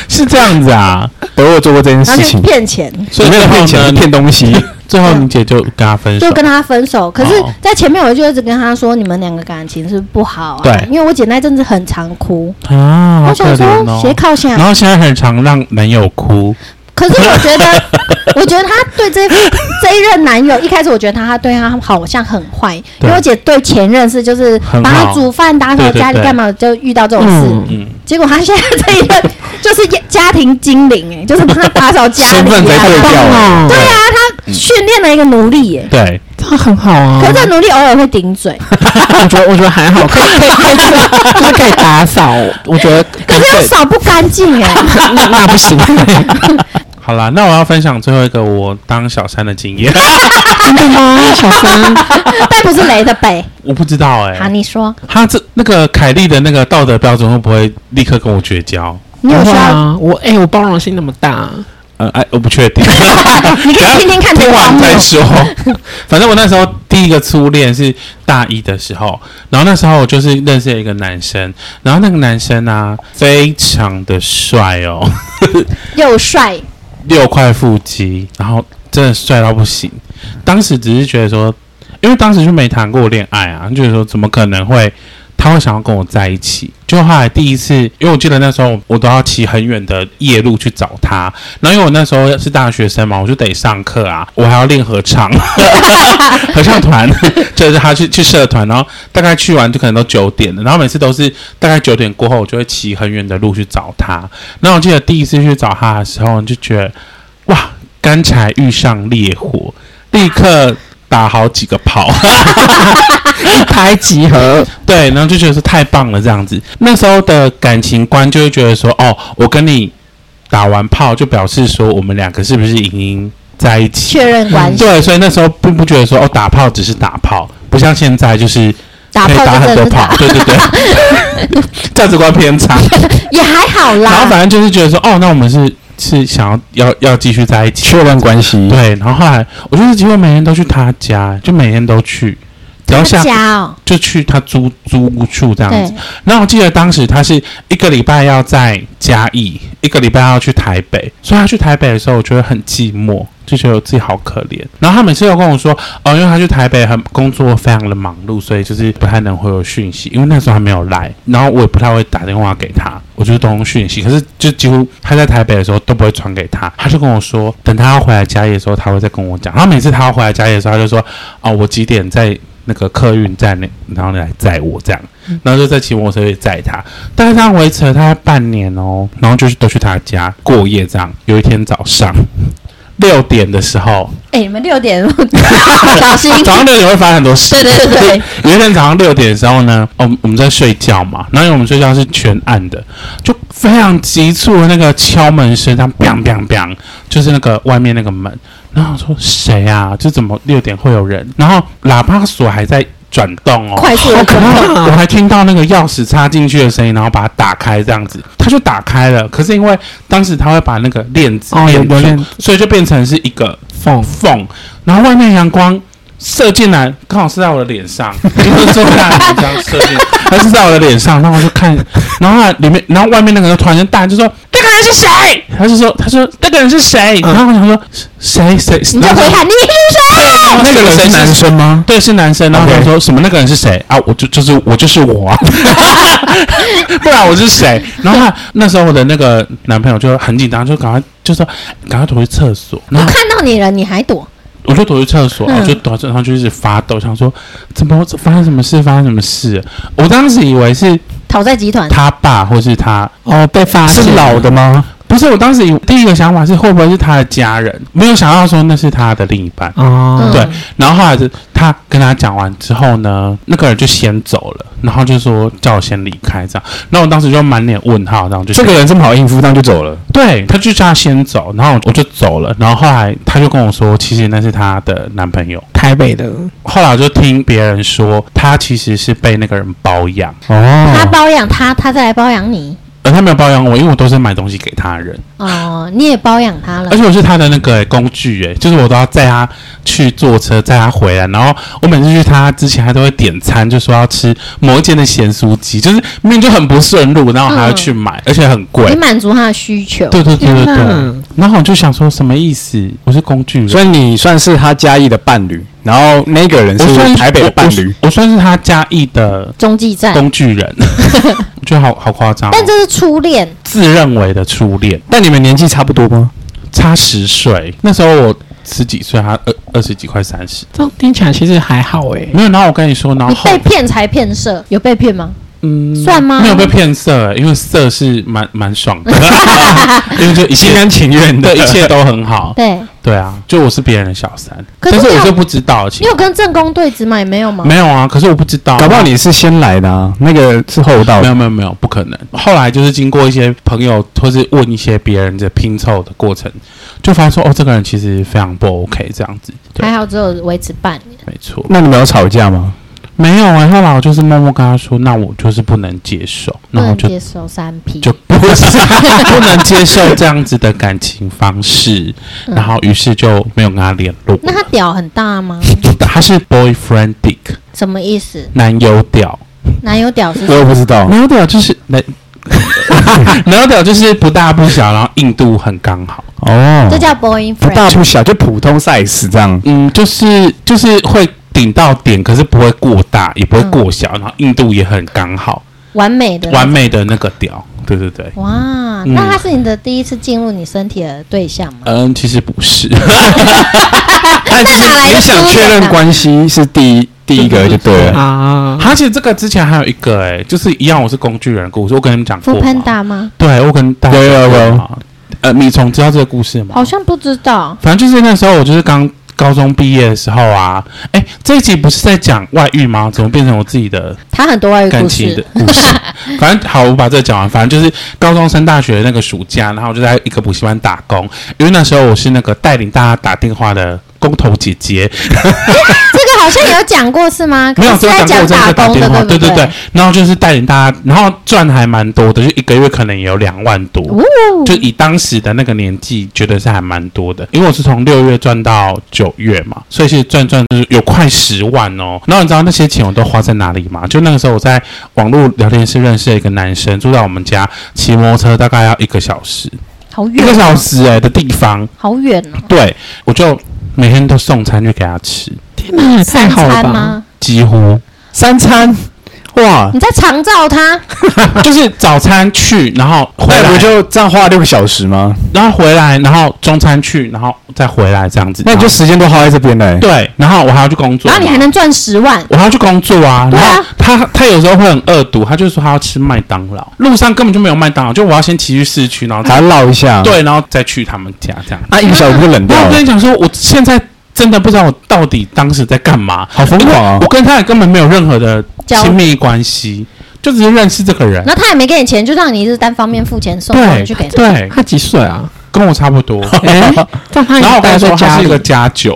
Speaker 1: 是这样子啊，
Speaker 4: 对我有做过这件
Speaker 3: 然
Speaker 4: 事
Speaker 3: 后去
Speaker 4: 情，
Speaker 3: 骗钱，
Speaker 1: 所以
Speaker 4: 没有骗
Speaker 1: 最后
Speaker 4: 钱，
Speaker 1: 呢
Speaker 4: 骗东西。
Speaker 1: 最后你姐就跟他分手，
Speaker 3: 就跟他分手。可是
Speaker 1: 哦，
Speaker 3: 在前面我就一直跟他说，你们两个感情是不好啊。
Speaker 1: 对
Speaker 3: 因为我姐那阵子很常哭，
Speaker 1: 啊，
Speaker 3: 我
Speaker 1: 好
Speaker 3: 想
Speaker 1: 可
Speaker 3: 说
Speaker 1: 怜
Speaker 3: 谁啊
Speaker 1: 哦。
Speaker 3: 靠下
Speaker 1: 然？后现在很常让男友哭，
Speaker 3: 可是我 觉得，我觉得她对这这一任男友，一开始我觉得她她对他好像很坏，因
Speaker 1: 对
Speaker 3: 为我姐对前任是就是
Speaker 1: 很
Speaker 3: 帮他
Speaker 1: 好
Speaker 3: 煮饭、打扫
Speaker 1: 对对
Speaker 3: 家里
Speaker 1: 对
Speaker 3: 干嘛，就遇到这种事。
Speaker 1: 嗯，
Speaker 3: 结果她现在这一任就是家庭精灵，哎，就是帮他打扫 家里啊。
Speaker 4: 身份才对
Speaker 3: 帮
Speaker 4: 调
Speaker 1: 嗯
Speaker 2: 哦，
Speaker 3: 对啊，她训练了一个奴隶，哎，
Speaker 1: 对，
Speaker 2: 他很好
Speaker 1: 嗯
Speaker 2: 啊
Speaker 3: 可。是这奴隶偶尔会顶嘴。
Speaker 2: 我觉得我觉得还好，可以可以可以，就是可以打扫，我觉得
Speaker 3: 可是又扫不干净哎，
Speaker 2: 那那不行，
Speaker 1: 好啦，那我要分享最后一个我当小三的经 验，
Speaker 2: 真的吗？小三，
Speaker 3: 但不是雷的北。
Speaker 1: 我不知道哎、
Speaker 3: 好，你说
Speaker 1: 他这那个凯莉的那个道德标准会不会立刻跟我绝交？
Speaker 3: 你有需
Speaker 1: 啊
Speaker 3: 要，
Speaker 2: 哇，我哎，我包容心那么大，
Speaker 1: 呃，哎，我不确 定，
Speaker 3: 哦
Speaker 1: 啊
Speaker 3: 你可以听听看 这
Speaker 1: 听
Speaker 3: 个荒
Speaker 1: 完
Speaker 3: 谬
Speaker 1: 再。说。 反正我那时候第一个初恋是大一的时候，然后那时候我就是认识了一个男生，然后那个男生啊非常的帅哦，
Speaker 3: 又帅，
Speaker 1: 六块腹肌，然后真的帅到不行。当时只是觉得说，因为当时就没谈过恋爱啊，就是说怎么可能会他会想要跟我在一起？就后来第一次，因为我记得那时候我都要骑很远的夜路去找他，然后因为我那时候是大学生嘛，我就得上课啊，我还要练合唱， 合唱团就是他去去社团，然后大概去完就可能都九点了，然后每次都是大概九点过后，我就会骑很远的路去找他。那我记得第一次去找他的时候，就觉得哇，干柴遇上烈火，立刻打好几个炮。
Speaker 2: 一拍即合，
Speaker 1: 对，然后就觉得说太棒了这样子。那时候的感情观就会觉得说，哦，我跟你打完炮，就表示说我们两个是不是已经在一起？
Speaker 3: 确认关系，
Speaker 1: 对，所以那时候并不觉得说哦，打炮只是打炮，不像现在就是
Speaker 3: 打
Speaker 1: 可以
Speaker 3: 炮
Speaker 1: 打
Speaker 3: 就
Speaker 1: 很
Speaker 3: 真
Speaker 1: 多
Speaker 3: 的
Speaker 1: 炮
Speaker 3: 打，，
Speaker 1: 对对对， 价值观偏差。
Speaker 3: 也还好
Speaker 1: 然后
Speaker 3: 啦。
Speaker 1: 反正就是觉得说，哦，那我们是是想要要要继续在一起，
Speaker 4: 确认关系，
Speaker 1: 对，然后后来我就是几乎每天都去他家，就每天都去，只要下
Speaker 3: 他家哦，
Speaker 1: 就去他租租屋处这样子
Speaker 3: 对。，
Speaker 1: 然后我记得当时他是一个礼拜要在嘉义，一个礼拜要去台北，所以他去台北的时候，我觉得很寂寞，就觉得我自己好可怜。然后他每次都跟我说，哦，因为他去台北很工作非常的忙碌，所以就是不太能回我讯息，因为那时候还没有来，然后我也不太会打电话给他，我就是都用讯息，可是就几乎他在台北的时候都不会传给他，他就跟我说，等他要回来家里的时候，他会再跟我讲。然后每次他要回来家里的时候，他就说，哦，我几点在那个客运站那，然后你来载我这样，
Speaker 3: 嗯
Speaker 1: 然后就再骑摩托车去载他。但是他维持了大概半年哦，然后就是都去他家过夜这样。有一天早上 六点的时 候，
Speaker 3: 哎，你们六点小心。
Speaker 1: 早上六点会发生很多事。
Speaker 3: 对对对对，
Speaker 1: 有一天早上六点的时候呢，哦，我们在睡觉嘛，然后因为我们睡觉是全暗的，就非常急促的那个敲门声，这样 biang
Speaker 3: 嗯
Speaker 1: biang biang，就是那个外面那个门。然后我说谁啊？就怎么六点会有人？然后喇叭锁还在转动哦，
Speaker 3: 快速 的转动，
Speaker 1: 我还听到那个钥匙插进去的声音，然后把它打开，这样子，它就打开了。可是因为当时它会把那个链子
Speaker 2: 哦有
Speaker 1: 链住
Speaker 2: 有链，
Speaker 1: 所以就变成是一个
Speaker 2: 缝
Speaker 1: 缝，然后外面阳光射进来，刚好是在我的脸 上，就是坐在你这样射进，它是在我的脸上，然后我就 看，然后它里面，然后外面那个人突然间大喊就说：“那个人是谁？”他就说：“他说那个人是谁？”
Speaker 2: 嗯
Speaker 1: 然后我想说：“谁谁？”
Speaker 3: 你就回
Speaker 1: 然后
Speaker 3: 喊你是谁？
Speaker 1: 说
Speaker 4: 那个人是男生吗？
Speaker 1: 对，是男生。然后他
Speaker 4: OK
Speaker 1: 说什么那个人是谁啊？我就就是我就是我、啊，不然我是谁？然后他那时候我的那个男朋友就很紧张，就赶快就说赶快躲去厕所。然
Speaker 3: 我
Speaker 1: 后
Speaker 3: 看到你了，你还躲？
Speaker 1: 我就躲去厕所，
Speaker 3: 嗯
Speaker 1: 我就躲去，然后就一直发抖，想说怎么发生什么事？发生什么事？我当时以为是
Speaker 3: 讨债集团
Speaker 1: 他爸或是他。
Speaker 2: 哦，被发现
Speaker 4: 啊是老的吗？
Speaker 1: 不是，我当时以第一个想法是会不会是他的家人，没有想到说那是他的另一半。
Speaker 2: 哦，
Speaker 1: 对
Speaker 3: 嗯，
Speaker 1: 然后后来就他跟他讲完之后呢，那个人就先走了，然后就说叫我先离开这样。那我当时就满脸问号，然后就
Speaker 4: 这个人这么好应付，这样就走了。
Speaker 1: 对，他就叫他先走，然后我就走了。然后后来他就跟我说，其实那是她的男朋友。
Speaker 2: 台北的
Speaker 1: 后来我就听别人说，他其实是被那个人包养，嗯
Speaker 3: 他
Speaker 4: 哦，
Speaker 3: 包养他，他再来包养你。
Speaker 1: 而他没有包养我，因为我都是买东西给他的人，
Speaker 3: 哦，你也包养他了
Speaker 1: 而。且我是他的那个、工具、欸，就是我都要载他去坐车，载他回来。然后我每次去他之前，他都会点餐，就说要吃某一间的咸酥鸡，就是明明就很不顺路，然后还要去买，而且很贵
Speaker 3: 嗯你。满足他的需求，
Speaker 1: 对对对对对
Speaker 2: 嗯。
Speaker 1: 然后我就想说，什么意思？我是工具人，
Speaker 4: 所以你算是他嘉义的伴侣，然后那个人
Speaker 1: 我算
Speaker 4: 是台北的伴侣。
Speaker 1: 我我，我算是他嘉义的
Speaker 3: 中继站。
Speaker 1: 工具 人，我觉得好好夸张哦、
Speaker 3: 但这是初恋，
Speaker 1: 自认为的初恋，
Speaker 4: 但你们年纪差不多吗？
Speaker 1: 差十岁，那时候我十几岁，他二二十几，快三十。
Speaker 2: 这样听起来其实还好诶。
Speaker 1: 没有，然后我跟你说，然后
Speaker 3: 你
Speaker 1: 后
Speaker 3: 被骗才骗色，有被骗吗？
Speaker 1: 啊嗯，
Speaker 3: 算吗
Speaker 1: 没有被骗色、欸因为色是蛮蛮爽 的，因为就一
Speaker 4: 心
Speaker 1: 切
Speaker 4: 甘情愿的
Speaker 1: 对，一切都很好。
Speaker 3: 对，
Speaker 1: 对啊，就我是别人的小三，
Speaker 3: 可是
Speaker 1: 但是
Speaker 3: 你
Speaker 1: 我
Speaker 3: 有
Speaker 1: 就不知道，其
Speaker 3: 你
Speaker 1: 实
Speaker 3: 有跟正宫对质吗？也没有吗？
Speaker 1: 没有啊，可是我不知道啊、
Speaker 4: 搞不好你是先来的啊，那个是后到
Speaker 1: 没
Speaker 4: 的
Speaker 1: 有。没有没有，不可能。后来就是经过一些朋友或是问一些别人的拼凑的过程，就发现说哦，这个人其实非常不 OK 这样子。对
Speaker 3: 还，好只有维持半年。
Speaker 1: 没错，
Speaker 4: 那你们有吵架吗？
Speaker 1: 没有啊。后来我就是默默跟他说，那我就是不能接受，
Speaker 3: 不
Speaker 1: 然后
Speaker 3: 能
Speaker 1: 就
Speaker 3: 接受三 P，
Speaker 1: 就不是 不能接受这样子的感情方式，
Speaker 3: 嗯
Speaker 1: 然后于是就没有跟他联络。
Speaker 3: 那他屌很大吗？
Speaker 1: 他是 boyfriend dick
Speaker 3: 什么意思？
Speaker 1: 男友屌，
Speaker 3: 男友屌是
Speaker 4: 我
Speaker 1: 呃
Speaker 4: 也不知道。
Speaker 1: 男友屌就是 男，男友屌就是不大不小，然后硬度很刚好。
Speaker 4: 哦
Speaker 3: 这叫
Speaker 4: 不
Speaker 3: boyfriend，
Speaker 4: 大不小，就普通 size 这样。
Speaker 1: 嗯，就是就是会顶到点，可是不会过大，也不会过小，然后硬度也很刚好，
Speaker 3: 完美的
Speaker 1: 完。美的那个屌。对对对，
Speaker 3: 哇，
Speaker 1: 嗯
Speaker 3: 那他是你的第一次进入你身体的对象吗？
Speaker 1: 嗯，其实不是，
Speaker 4: 但就是
Speaker 3: 哪来的
Speaker 4: 你想确认关系是第一第一个就对
Speaker 1: 嗯
Speaker 4: 了。
Speaker 2: 啊，
Speaker 1: 而且这个之前还有一个哎、就是一样，我是工具人的故事，我跟你们讲过
Speaker 3: 扶
Speaker 1: 嘛
Speaker 3: 喷大吗？
Speaker 1: 对，我跟大家
Speaker 4: 有有有
Speaker 1: 讲过嘛呃，米虫知道这个故事吗？
Speaker 3: 好像不知道。
Speaker 1: 反正就是那时候我就是刚高中毕业的时候啊，哎，这一集不是在讲外遇吗？怎么变成我自己的
Speaker 3: 他很多外遇
Speaker 1: 感
Speaker 3: 故
Speaker 1: 情的
Speaker 3: 事，
Speaker 1: 故事？反正好，我把这个讲完。反正就是高中升大学的那个暑假，然后我就在一个补习班打工，因为那时候我是那个带领大家打电话的。工头姐姐
Speaker 3: 这个好像有讲过是 吗？
Speaker 1: 没有
Speaker 3: 可
Speaker 1: 只
Speaker 3: 是
Speaker 1: 有讲过我
Speaker 3: 在讲
Speaker 1: 在这
Speaker 3: 打
Speaker 1: 个打
Speaker 3: 工
Speaker 1: 电话，
Speaker 3: 的，
Speaker 1: 对
Speaker 3: 不
Speaker 1: 对对，然后就是带领大家，然后赚还蛮多的，就一个月可能也有两万多，
Speaker 3: 哦，
Speaker 1: 就以当时的那个年纪，觉得是还蛮多的，因为我是从六月赚到九月嘛，所以是赚赚就是有快十万哦。然后你知道那些钱我都花在哪里吗？就那个时候我在网络聊天室认识了一个男生，住在我们家，骑摩托车大概要一个小时，
Speaker 3: 好
Speaker 1: 一
Speaker 3: 远
Speaker 1: 个
Speaker 3: 哦，
Speaker 1: 小时哎、的地方，
Speaker 3: 好远哦。
Speaker 1: 对我就每天都送餐去给他吃，
Speaker 2: 天哪，也太
Speaker 3: 三
Speaker 2: 好了
Speaker 3: 餐
Speaker 2: 吧！
Speaker 3: 吗？
Speaker 1: 几乎
Speaker 4: 三餐，哇，
Speaker 1: 嗯
Speaker 3: 你在常照他？
Speaker 1: 就是早餐去，然后回
Speaker 4: 那
Speaker 1: 来
Speaker 4: 不，就这样花六个小时吗？
Speaker 1: 然后回来，然后中餐去，然后再回来这样子。
Speaker 4: 那你就
Speaker 1: 然后
Speaker 4: 时间都花在这边嘞。
Speaker 1: 对，然后我还要去工作嘛，
Speaker 3: 然后你还能赚十万，
Speaker 1: 我还要去工作啊，
Speaker 3: 对
Speaker 1: 然
Speaker 3: 啊
Speaker 1: 后他他有时候会很恶毒，他就说他要吃麦当劳，路上根本就没有麦当劳，就我要先骑去市区，然后再、
Speaker 4: 还要唠一
Speaker 3: 啊
Speaker 4: 下。，
Speaker 1: 对，然后再去他们家这样。
Speaker 4: 啊，一个小时就冷
Speaker 1: 然
Speaker 4: 掉
Speaker 1: 后我跟
Speaker 4: 了
Speaker 1: 你，讲说，我现在真的不知道我到底当时在干嘛，
Speaker 4: 好疯狂啊
Speaker 1: 我！跟他也根本没有任何的
Speaker 3: 交
Speaker 1: 亲密关系，就只是认识这个人
Speaker 3: 然。后他也没给你钱，就让你是单方面付钱送然后
Speaker 1: 对哦
Speaker 3: 去给他。
Speaker 1: 对，
Speaker 2: 他几岁啊？
Speaker 1: 跟我差不多。
Speaker 2: 哎，这样他
Speaker 1: 然后
Speaker 2: 也
Speaker 1: 我跟
Speaker 2: 待
Speaker 1: 他
Speaker 2: 在
Speaker 1: 说他
Speaker 2: 家
Speaker 1: 是一
Speaker 2: 里
Speaker 1: 个，家酒，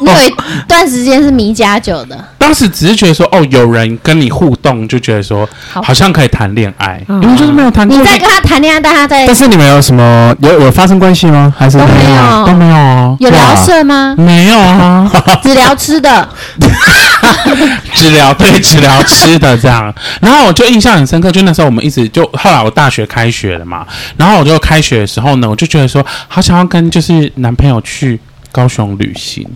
Speaker 3: 你有一段时间是迷加酒的，
Speaker 1: 当时只是觉得说，哦，有人跟你互动，就觉得说
Speaker 3: 好
Speaker 1: 好像可以谈恋爱，
Speaker 2: 嗯
Speaker 1: 因为就是没有谈过
Speaker 3: 你
Speaker 1: 恋
Speaker 3: 在
Speaker 1: 爱。
Speaker 3: 跟他谈恋爱，但他在
Speaker 4: 但是你们有什么有有发生关系吗？还是
Speaker 3: 都没有哎
Speaker 1: 都没有啊，
Speaker 3: 哦有聊色吗？
Speaker 1: 没有啊，
Speaker 3: 只聊吃的，
Speaker 1: 治疗对治疗吃的这样。 然后我就印象很深刻，就那时候我们一直就后来我大学开学了嘛，然后我就开学的时候呢，我就觉得说好想要跟就是男朋友去高雄旅行，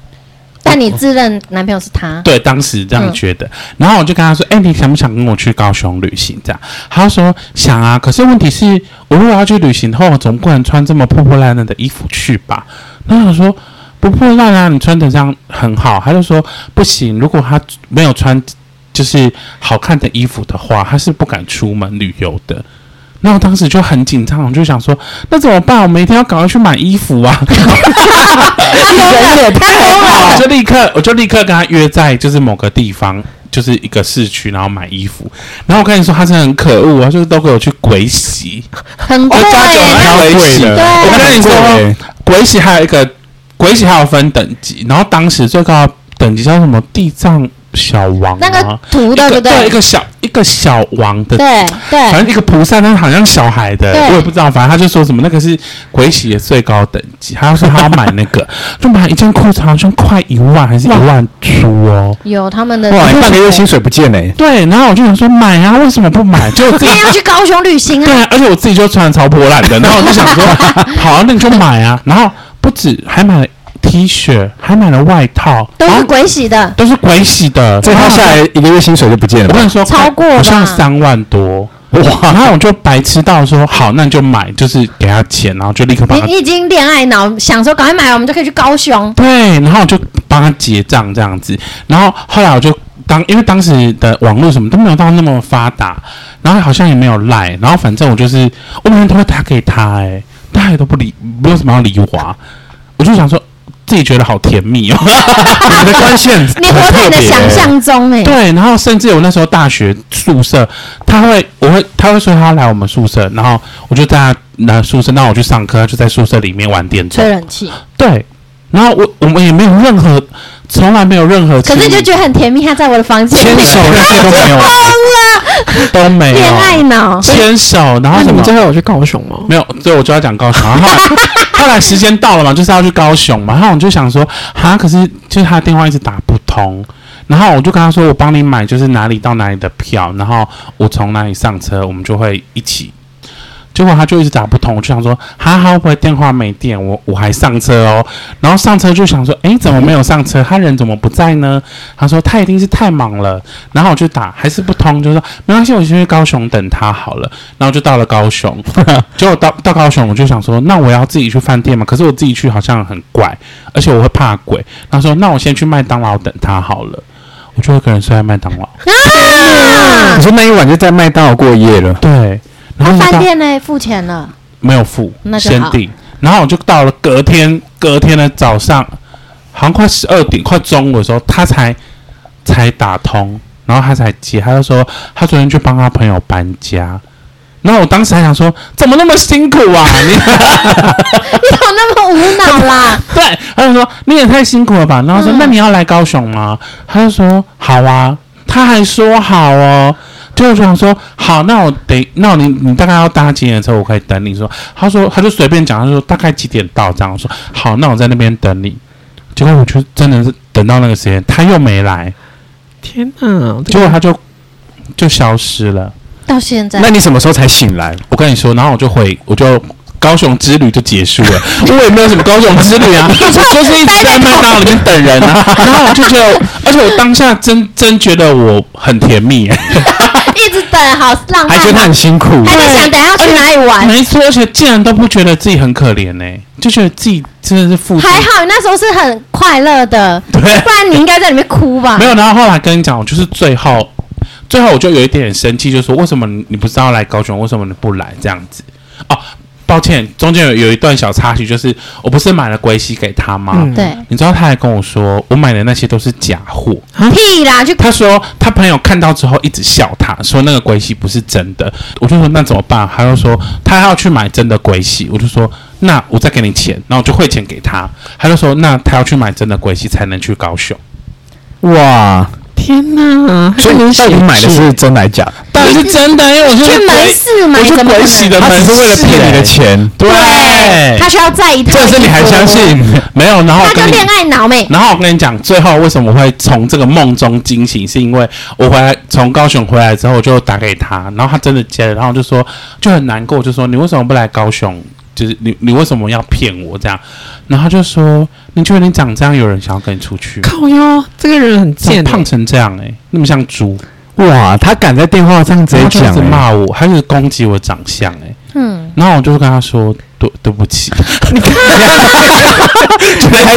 Speaker 3: 但你自认男朋友是他，
Speaker 1: 对，当时这样觉得。然后我就跟他说：“哎、你想不想跟我去高雄旅行？”这样，他就说：“想啊。”可是问题是我如果要去旅行的话，我总不能穿这么破破烂烂的衣服去吧？那我说。不破烂啊，你穿的这样很好。他就说不行，如果他没有穿就是好看的衣服的话，他是不敢出门旅游的。那我当时就很紧张，我就想说，那怎么办？我们一定要赶快去买衣服啊！
Speaker 2: 人也太
Speaker 1: 我就立刻，我就立刻跟他约在就是某个地方，就是一个市区，然后买衣服。然后我跟你说，他真的很可恶啊，就是都给我去鬼洗。
Speaker 3: 很贵
Speaker 1: 我抓哦酒
Speaker 3: 欸。
Speaker 1: 很
Speaker 4: 贵的，
Speaker 3: 对
Speaker 1: 我跟你说，鬼洗还有一个鬼洗还有分等级，然后当时最高等级叫什么地藏小王、啊，
Speaker 3: 那个图
Speaker 1: 一
Speaker 3: 对不
Speaker 1: 个对一
Speaker 3: 对？
Speaker 1: 个小一个小王的。
Speaker 3: 对
Speaker 1: 反
Speaker 3: 对，
Speaker 1: 正一个菩萨，但是好像小孩的，
Speaker 3: 对
Speaker 1: 我也不知道。反正他就说什么那个是鬼洗的最高等级，他说他要买那个， 就买一件裤子，好像快一万还是一万出哦。
Speaker 3: 有他们的。
Speaker 4: 哇，你半个月薪哎水不见哎嘞、
Speaker 1: 对，然后我就想说买啊，为什么不买？就我自
Speaker 3: 今
Speaker 1: 己
Speaker 3: 天要去高雄旅行
Speaker 1: 对
Speaker 3: 啊！
Speaker 1: 啊，而且我自己就穿得超破烂的，然后我就想 说，好啊，那你就买啊。然后不止还买了 T 恤，还买了外套，
Speaker 3: 都
Speaker 1: 然
Speaker 3: 是
Speaker 1: 后
Speaker 3: 鬼洗的，
Speaker 1: 都是鬼洗的，
Speaker 4: 这套下来一个月薪水就不见了
Speaker 1: 我
Speaker 4: 吧
Speaker 1: 跟你？说，
Speaker 3: 超过吧
Speaker 1: 好像三万多。哇！然后我就白痴到说好，那你就买，就是给他钱，然后就立刻帮
Speaker 3: 你
Speaker 1: 他
Speaker 3: 你已经恋爱脑，想说赶快买，我们就可以去高雄。
Speaker 1: 对，然后我就帮他结账这样子，然后后来我就当因为当时的网络什么都没有到那么发达，然后好像也没有赖，然后反正我就是我每天都会打给他、欸，哎，他也都不理，没有什么要理我、啊，我就想说自己觉得好甜蜜哦，
Speaker 4: 你们的关系很
Speaker 3: 你活在你的想象中 哎、
Speaker 1: 对，然后甚至我那时候大学宿舍，他会，我会，他会说他要来我们宿舍，然后我就在他那宿舍，那我去上课，他就在宿舍里面玩电
Speaker 3: 吹
Speaker 1: 动，
Speaker 3: 冷气，
Speaker 1: 对，然后我我们也没有任何，从来没有任何亲
Speaker 3: 可
Speaker 1: 密，
Speaker 3: 是你就觉得很甜蜜，他在我的房间
Speaker 1: 牵
Speaker 3: 里，
Speaker 1: 手哎那些都没有，都没
Speaker 3: 恋爱
Speaker 1: 有
Speaker 3: 脑，
Speaker 1: 牵手，然后
Speaker 2: 那
Speaker 1: 什
Speaker 2: 你
Speaker 1: 么
Speaker 2: 们最后有去高雄吗？
Speaker 1: 没有，所以我就要讲高雄。啊然后后来后来时间到了嘛，就是要去高雄嘛，然后我就想说，哈，可是就是他的电话一直打不通。然后我就跟他说，我帮你买就是哪里到哪里的票，然后我从哪里上车，我们就会一起。结果他就一直打不通，我就想说，哈，他会不会电话没电？我我还上车哦，然后上车就想说，诶，怎么没有上车？他人怎么不在呢？他说他一定是太忙了。然后我就打还是不通，就说没关系，我先去高雄等他好了。然后就到了高雄， 结果到到高雄，我就想说，那我要自己去饭店嘛？可是我自己去好像很怪，而且我会怕鬼。他说，那我先去麦当劳等他好了。我就一个人睡在麦当劳，嗯
Speaker 4: 你说那一晚就在麦当劳过夜了，
Speaker 1: 对，然后就
Speaker 3: 啊饭
Speaker 1: 到
Speaker 3: 店呢付 钱了，
Speaker 1: 没有付，
Speaker 3: 那就
Speaker 1: 先
Speaker 3: 好
Speaker 1: 订。然后我就到了隔天，隔天的早上，好像快十二点，快中午的时候，他才才打通，然后他才接，他就说他昨天去帮他朋友搬家。然后我当时还想说，怎么那么辛苦啊？你
Speaker 3: 你怎么那么无脑 啦？
Speaker 1: 对，他就说你也太辛苦了吧。然后说、
Speaker 3: 嗯
Speaker 1: 那你要来高雄吗？他就说好啊，他还说好哦。就我想说好，那我得，那你你大概要搭几点的车，我可以等你说。他说他就随便讲，他说大概几点到这样。我说好，那我在那边等你。结果我就真的是等到那个时间，他又没来，
Speaker 2: 天哪！
Speaker 1: 结果他就就消失了。
Speaker 3: 到现在
Speaker 4: 那你什么时候才醒来？
Speaker 1: 我跟你说，然后我就回，我就高雄之旅就结束了。我也没有什么高雄之旅 啊，就是一直在麦当劳里面等人啊。然后我就觉得，而且我当下真真觉得我很甜 蜜、
Speaker 3: 一直等，好浪
Speaker 4: 还觉得他
Speaker 3: 漫，
Speaker 4: 很辛苦？
Speaker 3: 还在想等下要去哪里 玩。
Speaker 1: 没错，而且竟然都不觉得自己很可怜呢、就觉得自己真的是负
Speaker 3: 还好你那时候是很快乐的，
Speaker 1: 对
Speaker 3: 不然你应该在里面哭吧
Speaker 1: 没？有，然后后来跟你讲，我就是最后，最后我就有一点点生气，就说为什么你不知道来高雄，为什么你不来这样子？哦，抱歉，中间有有一段小插曲，就是我不是买了龟息给他吗？
Speaker 2: 嗯
Speaker 3: 对，
Speaker 1: 你知道他还跟我说，我买的那些都是假货。
Speaker 3: 屁啦，去
Speaker 1: 他说他朋友看到之后一直笑他，说那个鬼洗不是真的。我就说那怎么办？他就说他要去买真的鬼洗。我就说那我再给你钱，然后我就汇钱给他。他就说，那他要去买真的龟息才能去高雄。
Speaker 4: 哇！
Speaker 2: 天哪！
Speaker 4: 所以
Speaker 2: 还有人
Speaker 4: 到底
Speaker 2: 写
Speaker 4: 买的
Speaker 2: 字
Speaker 4: 是真的还是假的？
Speaker 1: 当然是真的，因为我
Speaker 3: 去
Speaker 1: 是
Speaker 3: 门
Speaker 1: 鬼，
Speaker 3: 市买
Speaker 1: 我是
Speaker 3: 什么
Speaker 1: 鬼洗的
Speaker 4: 他
Speaker 1: 门
Speaker 4: 只
Speaker 1: 市，
Speaker 4: 是为了骗你的。钱，
Speaker 3: 对，
Speaker 1: 啊
Speaker 3: 他需要在一套，
Speaker 4: 这是你还相？信？
Speaker 1: 没有，然后我
Speaker 3: 他
Speaker 1: 哦跟
Speaker 3: 就
Speaker 1: 你
Speaker 3: 恋爱脑妹，
Speaker 1: 然后我跟你讲，最后为什么我会从这个梦中惊醒，是因为我回来从高雄回来之后，我就打给他，然后他真的接了，然后就说就很难过，就说你为什么不来高雄？就是你你为什么要骗我这样？然后他就说你觉得你长这样，有人想要跟你出去？
Speaker 2: 靠腰，这个人很
Speaker 1: 长
Speaker 2: 贱欸，
Speaker 1: 胖成这样哎、那么像猪，
Speaker 4: 哇！他敢在电话上直
Speaker 1: 然
Speaker 4: 接
Speaker 1: 后他就一
Speaker 4: 讲
Speaker 1: 直
Speaker 4: 欸，
Speaker 1: 骂我，他一直攻击我长相哎、
Speaker 3: 嗯，
Speaker 1: 然后我就跟他说对对不起，
Speaker 4: 嗯还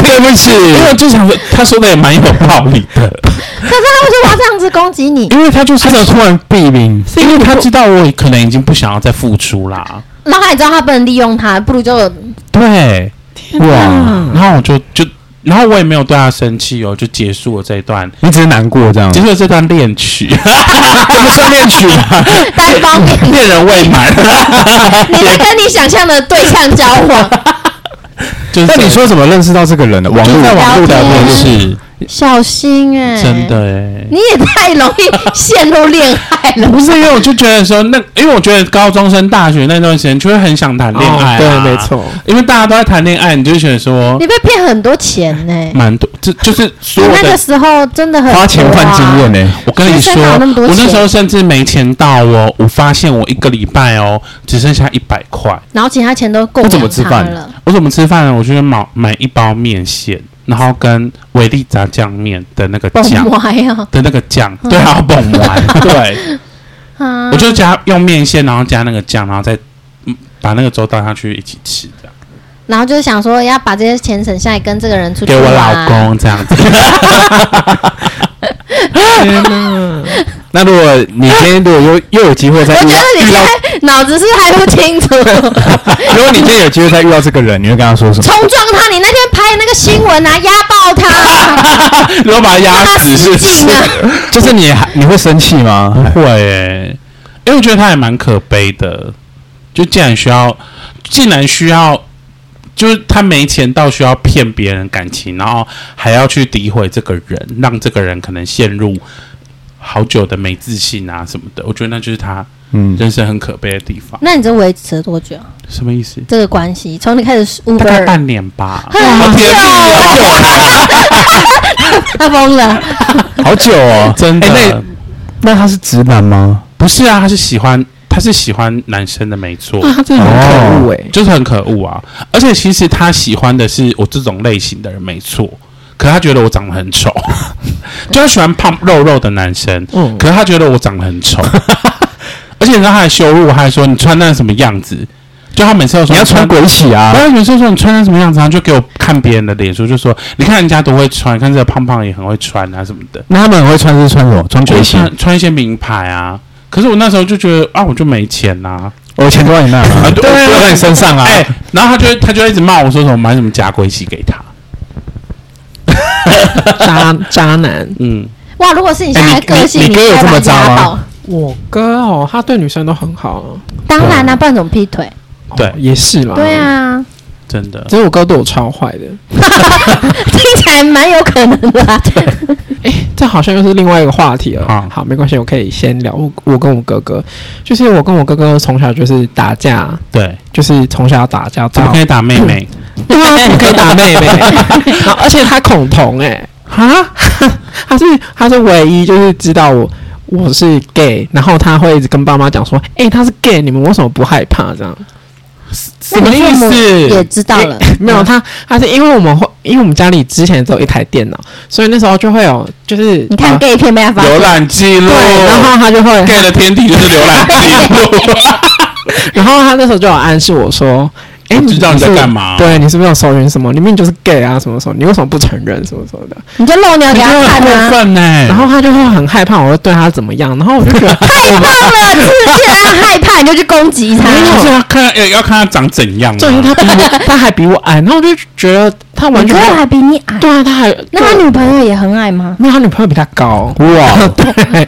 Speaker 4: 对不起，
Speaker 1: 因为我就想说他说的也蛮有道理的，
Speaker 3: 可是他为什么要这样子攻击你？
Speaker 4: 因为他就是他突然毙命，
Speaker 1: 因为他知道我可能已经不想要再付出啦。
Speaker 3: 然后他也知道他不能利用他，不如就
Speaker 1: 对，
Speaker 4: 哇！
Speaker 1: 哦
Speaker 3: 嗯
Speaker 1: 然后我就就，然后我也没有对他生气哦，就结束了这一段，
Speaker 4: 你只是难过这样
Speaker 1: 结，束了这段恋曲，
Speaker 4: 这不算恋曲 吧？
Speaker 3: 单方面，
Speaker 1: 恋人未满。
Speaker 3: 你在跟你想象的对象交往，
Speaker 1: 就是
Speaker 4: 那你说怎么认识到这个人的？网
Speaker 1: 就
Speaker 4: 络
Speaker 1: 是在网络聊天室，
Speaker 3: 小心哎、
Speaker 1: 真的，哎、
Speaker 3: 你也太容易陷入恋爱了。
Speaker 1: 不是因为我就觉得说那，因为我觉得高中生、大学那段时间就会很想谈恋爱、啊
Speaker 2: 哦对，没，错，
Speaker 1: 因为大家都在谈恋爱，你就觉得说
Speaker 3: 你被骗很多钱呢、
Speaker 1: 蛮多，这就是哦嗯所
Speaker 3: 你
Speaker 1: 有
Speaker 3: 那个
Speaker 1: 的。
Speaker 3: 时候真的很、啊
Speaker 4: 花钱换经验。呢？
Speaker 1: 我跟你
Speaker 3: 学
Speaker 1: 说，
Speaker 3: 生哪有那么多
Speaker 1: 我那
Speaker 3: 钱
Speaker 1: 时候甚至没钱到哦，我发现我一个礼拜哦只剩下一百块。
Speaker 3: 然后其他钱都够
Speaker 4: 那怎么
Speaker 3: 养
Speaker 4: 吃
Speaker 3: 他
Speaker 4: 饭
Speaker 3: 了。
Speaker 1: 我怎么吃饭呢？我就去买买一包面线，然后跟维力炸酱面的那个
Speaker 3: 崩
Speaker 1: 酱
Speaker 3: 歪啊！
Speaker 1: 的那个酱， 对啊，还有蹦完，对，
Speaker 3: 啊
Speaker 1: 我就加用面线，然后加那个酱，然后再嗯把那个粥倒下去一起吃，这样
Speaker 3: 然后就是想说要把这些钱省下来跟这个人出去
Speaker 1: 给我
Speaker 3: 玩啊
Speaker 1: 老。公这样子。
Speaker 2: 天哪！
Speaker 4: 那如果你今天如果又又有机会再
Speaker 3: 我
Speaker 4: 遇
Speaker 3: 觉得
Speaker 4: 到
Speaker 3: 你
Speaker 4: 遇
Speaker 3: 现
Speaker 4: 到，
Speaker 3: 在脑子是还不清楚，
Speaker 4: 如果你今天有机会再遇到这个人，你会跟他说什么？
Speaker 3: 冲撞他！你那天拍那个新闻啊，压爆他，
Speaker 1: 如果把它压
Speaker 3: 他
Speaker 1: 死是不
Speaker 3: 死
Speaker 1: 是
Speaker 3: 劲？啊！
Speaker 4: 就是你还你会生气吗？
Speaker 1: 会欸，因为我觉得他也蛮可悲的，就竟然需要，竟然需要，就是他没钱到需要骗别人感情，然后还要去诋毁这个人，让这个人可能陷入好久的没自信啊什么的。我觉得那就是他
Speaker 4: 嗯，
Speaker 1: 人生很可悲的地方。
Speaker 3: 那你这维持了多久？
Speaker 1: 什么意思？
Speaker 3: 这个关系从你开始 Uber
Speaker 1: 大概半年吧。哎
Speaker 3: 很久，他疯了。
Speaker 4: 好久哦，
Speaker 1: 真的
Speaker 4: 哎那那他是直男吗？
Speaker 1: 不是啊，他是喜欢，他是喜欢男生的，没错。
Speaker 2: 哇，他真的很可恶哎！
Speaker 1: 就是很可恶啊！而且其实他喜欢的是我这种类型的人，没错。可他觉得我长得很丑， 就他喜欢胖肉肉的男生。
Speaker 2: 嗯
Speaker 1: 可是他觉得我长得很 丑，而且你知道他还羞辱我，还说你穿那什么样子？就他每次都说
Speaker 4: 你要穿
Speaker 1: 鬼。
Speaker 4: 鬼起啊
Speaker 1: 然！后有时候说你穿成什么样子，然后就给我看别人的脸书，就说你看人家多会穿，看这个胖胖也很会穿啊什么的，
Speaker 4: 那他们很会穿是穿什么？穿
Speaker 1: 就
Speaker 4: 鬼
Speaker 1: 是
Speaker 4: 起？
Speaker 1: 穿穿一些名牌啊。可是我那时候就觉得啊，我就没钱呐、
Speaker 4: 我钱都在你那
Speaker 1: 啊
Speaker 4: 啊，
Speaker 1: 对啊
Speaker 4: 都在你身上啊！
Speaker 1: 哎、然后他就他就一直骂我说什么买什么假鬼洗给他，
Speaker 2: 渣 渣男，
Speaker 1: 嗯，
Speaker 3: 哇，如果是你现在的
Speaker 4: 哎
Speaker 3: 个
Speaker 4: 你
Speaker 3: 性，
Speaker 4: 你你哥有
Speaker 3: 应该
Speaker 4: 这么
Speaker 3: 把他压
Speaker 4: 渣吗
Speaker 3: 爆？
Speaker 2: 我哥哦，他对女生都很好哦，
Speaker 3: 当然啊啦、不然怎么劈腿？
Speaker 1: 对
Speaker 2: 也是啦。
Speaker 3: 对，啊，
Speaker 1: 真的。
Speaker 2: 只是我哥对我超坏的。
Speaker 3: 听起来蛮有可能的、啊。
Speaker 2: 哎，这好像又是另外一个话题了。
Speaker 1: 好
Speaker 2: 好，没关系，我可以先聊。我我跟我哥哥，就是我跟我哥哥从小就是打架，
Speaker 1: 对，嗯
Speaker 2: 就是从小打架
Speaker 1: 怎么
Speaker 2: 到
Speaker 1: 可以打妹妹？
Speaker 2: 对啊，怎么可以打妹 妹？然后而且他恐同哎、啊， 他是他是唯一就是知道我我是 gay，然后他会一直跟爸妈讲说，哎、他是 gay，你们为什么不害怕这样？
Speaker 1: 什么意
Speaker 3: 那你父母也
Speaker 1: 思？
Speaker 3: 知道了，
Speaker 2: 因为 没有他，他是因为我们会，因为我们家里之前只有一台电脑，所以那时候就会有就是
Speaker 3: 你看哦
Speaker 2: 呃
Speaker 3: gay 片被他发
Speaker 1: 浏
Speaker 3: 现，
Speaker 1: 览记录
Speaker 2: 对，然后他就会，
Speaker 1: ，gay 的天地就是浏览记录。
Speaker 2: 然后他那时候就有暗示我说。哎，
Speaker 1: 我知道你在
Speaker 2: 是
Speaker 1: 干嘛
Speaker 2: 对，你是不是有搜寻什么？你明明就是 gay 啊，什么什么，你为什么不承认什么什么的？
Speaker 3: 你就露鸟给
Speaker 1: 你
Speaker 3: 他
Speaker 1: 真的很
Speaker 3: 看
Speaker 1: 过
Speaker 3: 啊！
Speaker 1: 分欸呢、
Speaker 2: 然后他就会很害怕我会对他怎么样，然后我就 觉得
Speaker 3: 太棒了，你是不是觉得他害怕，你就去攻击他。
Speaker 1: 就是要看要要看他长怎样、
Speaker 2: 重点
Speaker 1: 啊。
Speaker 2: 是他比我，他还比我矮，然后我就觉得他完
Speaker 3: 你
Speaker 2: 全
Speaker 3: 哥
Speaker 2: 没有
Speaker 3: 还比你矮，
Speaker 2: 对啊，他还
Speaker 3: 那他女朋友也很矮吗？
Speaker 2: 没有他女朋友比他高，
Speaker 4: 哇，
Speaker 2: 对，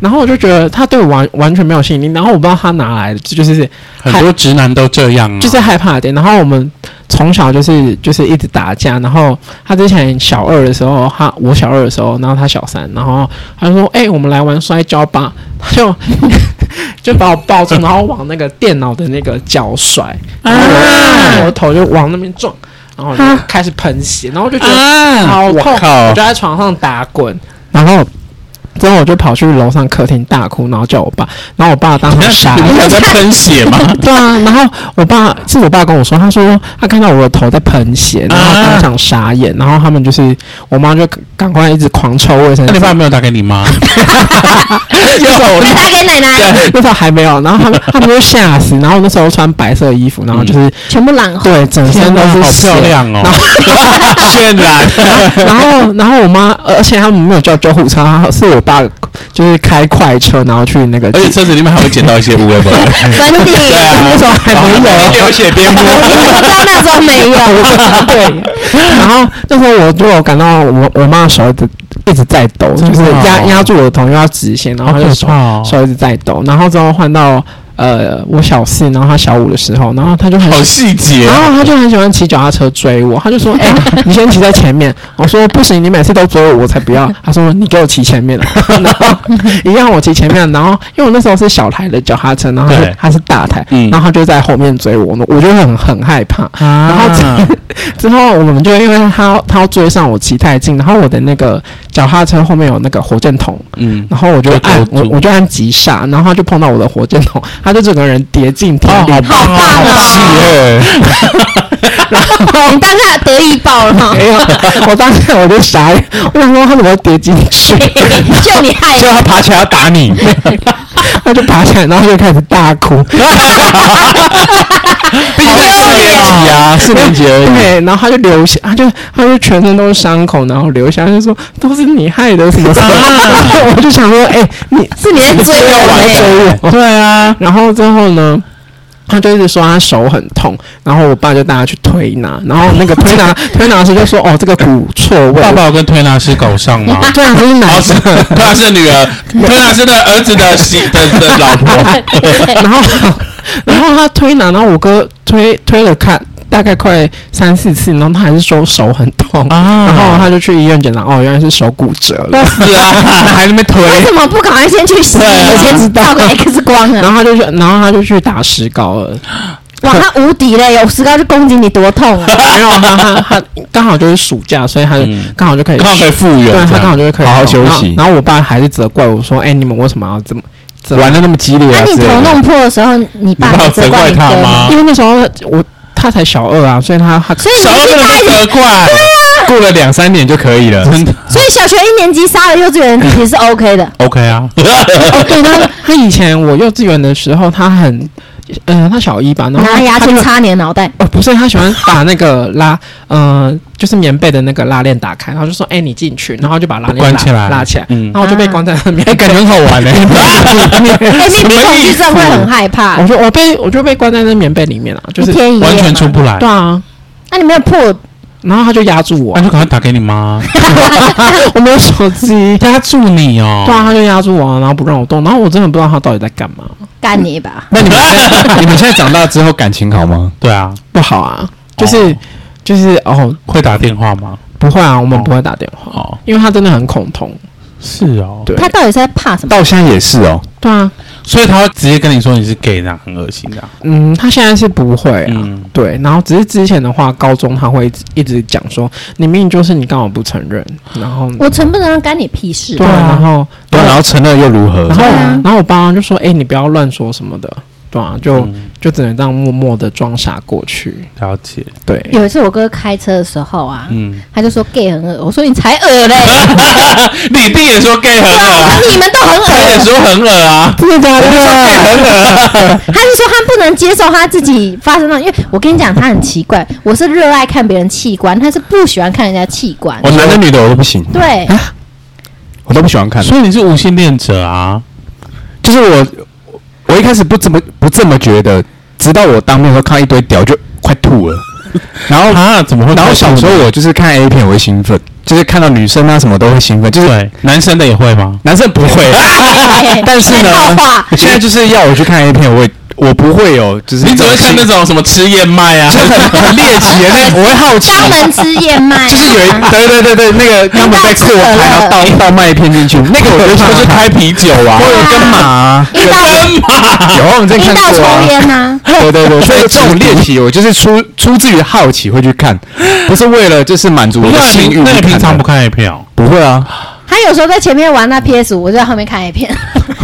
Speaker 2: 然后我就觉得他对我完完全没有吸引力，然后我不知道他哪来的，这就是
Speaker 1: 很多直男都这样啊，
Speaker 2: 就是害怕的点。然后我们从小就是就是一直打架，然后他之前小二的时候，他我小二的时候，然后他小三，然后他就说：“哎、我们来玩摔跤吧。” 他就就把我抱住，然后往那个电脑的那个脚甩，
Speaker 1: 啊
Speaker 2: 然后我我的头就往那边撞，然后我就开始喷血，然后我就觉得
Speaker 4: 啊！
Speaker 2: 好
Speaker 4: 我
Speaker 2: 痛，我
Speaker 4: 靠
Speaker 2: 就！在床上打滚，然后。之后我就跑去楼上客厅大哭，然后叫我爸，然后我爸当 场傻
Speaker 1: 你
Speaker 2: 眼
Speaker 1: 们，俩在喷血吗？
Speaker 2: 对啊，然后我爸是我爸跟我说，他说他看到我的头在喷血，然
Speaker 1: 啊
Speaker 2: 后当场傻眼，然后他们就是我妈就赶快一直狂抽卫生
Speaker 1: 那你
Speaker 2: 纸，
Speaker 1: 爸没有打给你 妈？
Speaker 3: 我打给奶奶，
Speaker 1: 哎
Speaker 2: 那时候还没有，然后他们他们就吓死，然后我那时候穿白色衣服，然后就是、
Speaker 3: 全部染红。
Speaker 2: 对整身都
Speaker 1: 天
Speaker 2: 是
Speaker 1: 哪好
Speaker 2: 血
Speaker 1: 漂亮哦
Speaker 2: 然后
Speaker 4: 渲染，
Speaker 2: 然后然后我妈，呃而且他们没有叫救护车，他是我爸就是开快车，然后去那个，
Speaker 1: 而且车子里面还会捡到一些乌 龟吧？
Speaker 3: 粉底，
Speaker 1: 啊
Speaker 2: 那时候还没有。
Speaker 4: 流血边
Speaker 3: 我
Speaker 4: 摸，
Speaker 3: 知道那时候没有。
Speaker 2: 对，然后那时候我就有感到我我妈的手一直一直在抖，
Speaker 1: 真
Speaker 2: 就
Speaker 1: 的
Speaker 2: 是
Speaker 1: 哦
Speaker 2: 压压住我的头又要直线，然后她就手、
Speaker 1: 哦
Speaker 2: 手一直在抖，然后之后换到呃我小四，然后她小五的时候，然后她就很喜
Speaker 1: 好细节
Speaker 2: 然
Speaker 1: 哦，
Speaker 2: 后她就很喜欢骑脚踏车追我，她 就说：“哎、你先骑在前面。”我说：“不行，你每次都追我，我才不要。”她说：“你给我骑前面。”然后一样我骑前面，然后因为我那时候是小台的脚踏车，然后她
Speaker 1: 对
Speaker 2: 就她是大台，
Speaker 1: 嗯
Speaker 2: 然后她就在后面追我，我就会很很害怕。然后之
Speaker 1: 啊，
Speaker 2: 之后我们就因为他他要追上我骑太近，然后我的那个脚踏车后面有那个火箭筒，
Speaker 1: 嗯，
Speaker 2: 然后我就
Speaker 1: 就
Speaker 2: 按
Speaker 1: 勾
Speaker 2: 我
Speaker 1: 住
Speaker 2: 我就按急刹，然后他就碰到我的火箭筒，他就整个人跌进
Speaker 1: 哦
Speaker 2: 田里。
Speaker 1: 好棒 哦，
Speaker 3: 好
Speaker 1: 好
Speaker 3: 棒哦
Speaker 1: 细 耶！
Speaker 3: 你当下哦得意爆了吗？
Speaker 2: 没有， 我当时我就傻眼，我想说他怎么会跌进去？
Speaker 3: 就你害
Speaker 4: 就
Speaker 3: 的，
Speaker 4: 他爬起来要打 你，
Speaker 2: 他就爬起来，然后就开始大哭。
Speaker 4: 毕竟才四年级啊，四年级而已。
Speaker 2: 对，然后他就流血，他就他就全身都是伤口，然后流血，他就说都是你害的什么什么。然后 我就想说，哎、你
Speaker 3: 是你在追我欸
Speaker 2: 追
Speaker 3: 呢。
Speaker 2: 我。
Speaker 4: 对啊，
Speaker 2: 然后之后呢，他就一直说他手很痛，然后我爸就带他去推拿，然后那个推拿推拿师就说哦这个骨错位，
Speaker 1: 爸爸有跟推拿师搞上吗？
Speaker 2: 对啊，这 是
Speaker 1: 哦，
Speaker 2: 男
Speaker 1: 是
Speaker 2: 生，
Speaker 1: 推拿师的女儿，推拿师的儿子的媳的的老婆，
Speaker 2: 然后然后他推拿，然后我哥推推了看。大概快三四次，然后他还是说手很痛，
Speaker 1: 啊
Speaker 2: 然后他就去医院检查，哦，原来是手骨折了，
Speaker 1: 是啊，还在那边
Speaker 3: 为
Speaker 1: 推，
Speaker 3: 什么不赶快先去洗？
Speaker 1: 啊
Speaker 3: 我先知 道个 X 光啊！
Speaker 2: 然后他就去，然后他就去打石膏了，
Speaker 3: 哇，他无敌嘞！有石膏就攻击你，多痛啊！
Speaker 2: 没有他他他刚好就是暑假，所以他就
Speaker 1: 嗯
Speaker 2: 刚好就可以
Speaker 1: 刚好可以复原，
Speaker 2: 对
Speaker 1: 这
Speaker 2: 他
Speaker 1: 样
Speaker 2: 刚好就会可以
Speaker 4: 好好休息
Speaker 2: 然后然后我爸还是责怪我说：“哎、你们为什么要这么这么
Speaker 4: 玩的那么激烈
Speaker 3: 那
Speaker 4: 啊，
Speaker 3: 你
Speaker 4: 之类
Speaker 3: 头
Speaker 4: 的。
Speaker 3: 弄破的时候，你爸
Speaker 1: 你爸
Speaker 3: 还
Speaker 1: 有
Speaker 3: 责怪
Speaker 1: 责怪
Speaker 3: 你
Speaker 1: 他
Speaker 3: 哥
Speaker 1: 吗？
Speaker 2: 因为那时候我他才小二啊，所以他他
Speaker 3: 所以
Speaker 1: 小
Speaker 3: 年
Speaker 1: 二
Speaker 3: 纪
Speaker 1: 不
Speaker 3: 大
Speaker 1: 能
Speaker 3: 一
Speaker 1: 被
Speaker 3: 点，
Speaker 1: 责 怪，
Speaker 4: 过了两三年就可以了，
Speaker 1: 真的
Speaker 3: 啊所以小学一年级杀了幼稚园的弟弟是 OK 的。
Speaker 1: OK 啊，
Speaker 2: 哦对，他他以前我幼稚园的时候，他很呃，他小一吧，然后
Speaker 3: 拿牙
Speaker 2: 他就
Speaker 3: 签插你 的脑袋，
Speaker 2: 哦，不是，他喜欢把那个拉， 呃，就是棉被的那个拉链打开，然后就说：“哎、你进去。”然后就把拉链
Speaker 1: 关
Speaker 2: 拉
Speaker 1: 起来
Speaker 2: 拉起来，
Speaker 1: 嗯
Speaker 2: 然后我就被关在那边。
Speaker 4: 哎，感觉很好
Speaker 1: 欸
Speaker 4: 玩呢。
Speaker 3: 哎，你你恐惧症会很害怕
Speaker 1: 嗯
Speaker 2: 我，就我被我就被关在那棉被里面了，就
Speaker 3: 一
Speaker 2: 是
Speaker 3: 天一 夜
Speaker 1: 完全
Speaker 3: 嘛
Speaker 1: 出不来
Speaker 2: 对，啊，
Speaker 3: 那你没有破，
Speaker 2: 然后他就压住我
Speaker 1: 那，哎就赶快打给你妈，
Speaker 2: 我没有手 机，
Speaker 1: 压住你哦，
Speaker 2: 对啊，他就压住我，然后不让我动，然后我真的不知道他到底在干嘛，
Speaker 3: 干你吧！
Speaker 4: 那你们现在你们现在长大之后感情好吗？
Speaker 1: 对啊，
Speaker 2: 不好啊，就是、
Speaker 1: 哦
Speaker 2: 就是哦，
Speaker 1: 会打电话吗？
Speaker 2: 不会啊，我们不会打电话，
Speaker 1: 哦，
Speaker 2: 因为他真的很恐同，
Speaker 1: 是哦，
Speaker 2: 对
Speaker 3: 他到底是在怕什么？
Speaker 4: 到现在也是哦，
Speaker 2: 对啊，
Speaker 1: 所以他会直接跟你说你是 gay 的，很恶心的啊。
Speaker 2: 嗯，他现在是不会啊。
Speaker 1: 嗯，
Speaker 2: 对，然后只是之前的话，高中他会一直一直讲说，你明明就是你，干嘛不承认？然后
Speaker 3: 我承不承认干你屁事
Speaker 2: 对、？啊，然后
Speaker 4: 对，然后承认又如何
Speaker 2: 然？后、
Speaker 3: 对啊
Speaker 2: 然后我爸妈就说，哎、你不要乱说什么的，对啊，就、
Speaker 1: 嗯
Speaker 2: 就只能这样默默的装傻过去。
Speaker 1: 了解。
Speaker 2: 对，
Speaker 3: 有一次我哥开车的时候啊，
Speaker 1: 嗯，
Speaker 3: 他就说 gay 很恶，我说你才恶嘞！
Speaker 1: 你弟也说 gay 很
Speaker 3: 对啊，我
Speaker 1: 恶，
Speaker 3: 说你们都很
Speaker 1: 他也
Speaker 3: 恶。
Speaker 1: 说很恶啊。
Speaker 2: 真的假的？
Speaker 3: 他是说他不能接受他自己发生的，因为我跟你讲，他很奇怪，我是热爱看别人器官，他是不喜欢看人家器官。
Speaker 4: 我男的女的我都不行，
Speaker 3: 对，
Speaker 4: 我都不喜欢看。
Speaker 1: 所以你是无性恋者啊？
Speaker 4: 就是我， 我一开始不怎么不这么觉得，直到我当面的时候看到一堆屌就快吐了。然后
Speaker 1: 啊，怎么会？
Speaker 4: 然后小时候我就是看 A 片我会兴奋，就是看到女生啊什么都会兴奋，就是
Speaker 1: 对男生的也会吗？
Speaker 4: 男生 不会，但是呢
Speaker 3: 套话，
Speaker 4: 现在就是要我去看 A 片，我会我不会有，就是
Speaker 1: 你只会看那种什么吃燕麦啊
Speaker 4: 就？很很 猎奇的那，我会好奇，
Speaker 3: 肛门 吃燕麦啊，
Speaker 4: 就是有一对对对对，那个根本在扩排，然后倒倒麦片进去，那个我觉 得
Speaker 1: 或是开啤酒啊？
Speaker 4: 我 有跟马，
Speaker 3: 阴道
Speaker 1: 干嘛？
Speaker 4: 有啊，我们在
Speaker 3: 阴
Speaker 4: 看
Speaker 3: 道
Speaker 4: 过
Speaker 3: 抽
Speaker 4: 啊。
Speaker 3: 烟呐，
Speaker 4: 对对对，所以这 种猎奇，我就是出出自于好奇会去看，不是为了就是满足我的
Speaker 1: 那
Speaker 4: 性
Speaker 1: 你
Speaker 4: 欲。
Speaker 1: 那你平常不
Speaker 4: 看
Speaker 1: 看 A 片哦？
Speaker 4: 的？不会啊，
Speaker 3: 他有时候在前面玩那 PS 五，我就在后面看 A 片，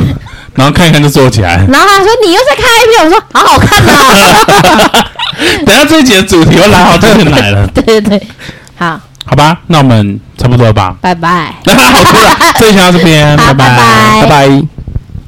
Speaker 1: 然后看一看就坐起来。
Speaker 3: 然后他说你又在看 A 片，我说好好看啊呐，，
Speaker 1: 等一下这一集的主题又拉好这边来了
Speaker 3: 对对对，好，
Speaker 1: 好吧？ 那我们差不多吧。
Speaker 3: 拜拜。
Speaker 1: 好，哭了，这一集到这边，
Speaker 3: 好
Speaker 1: 拜
Speaker 3: 拜拜
Speaker 4: 拜拜。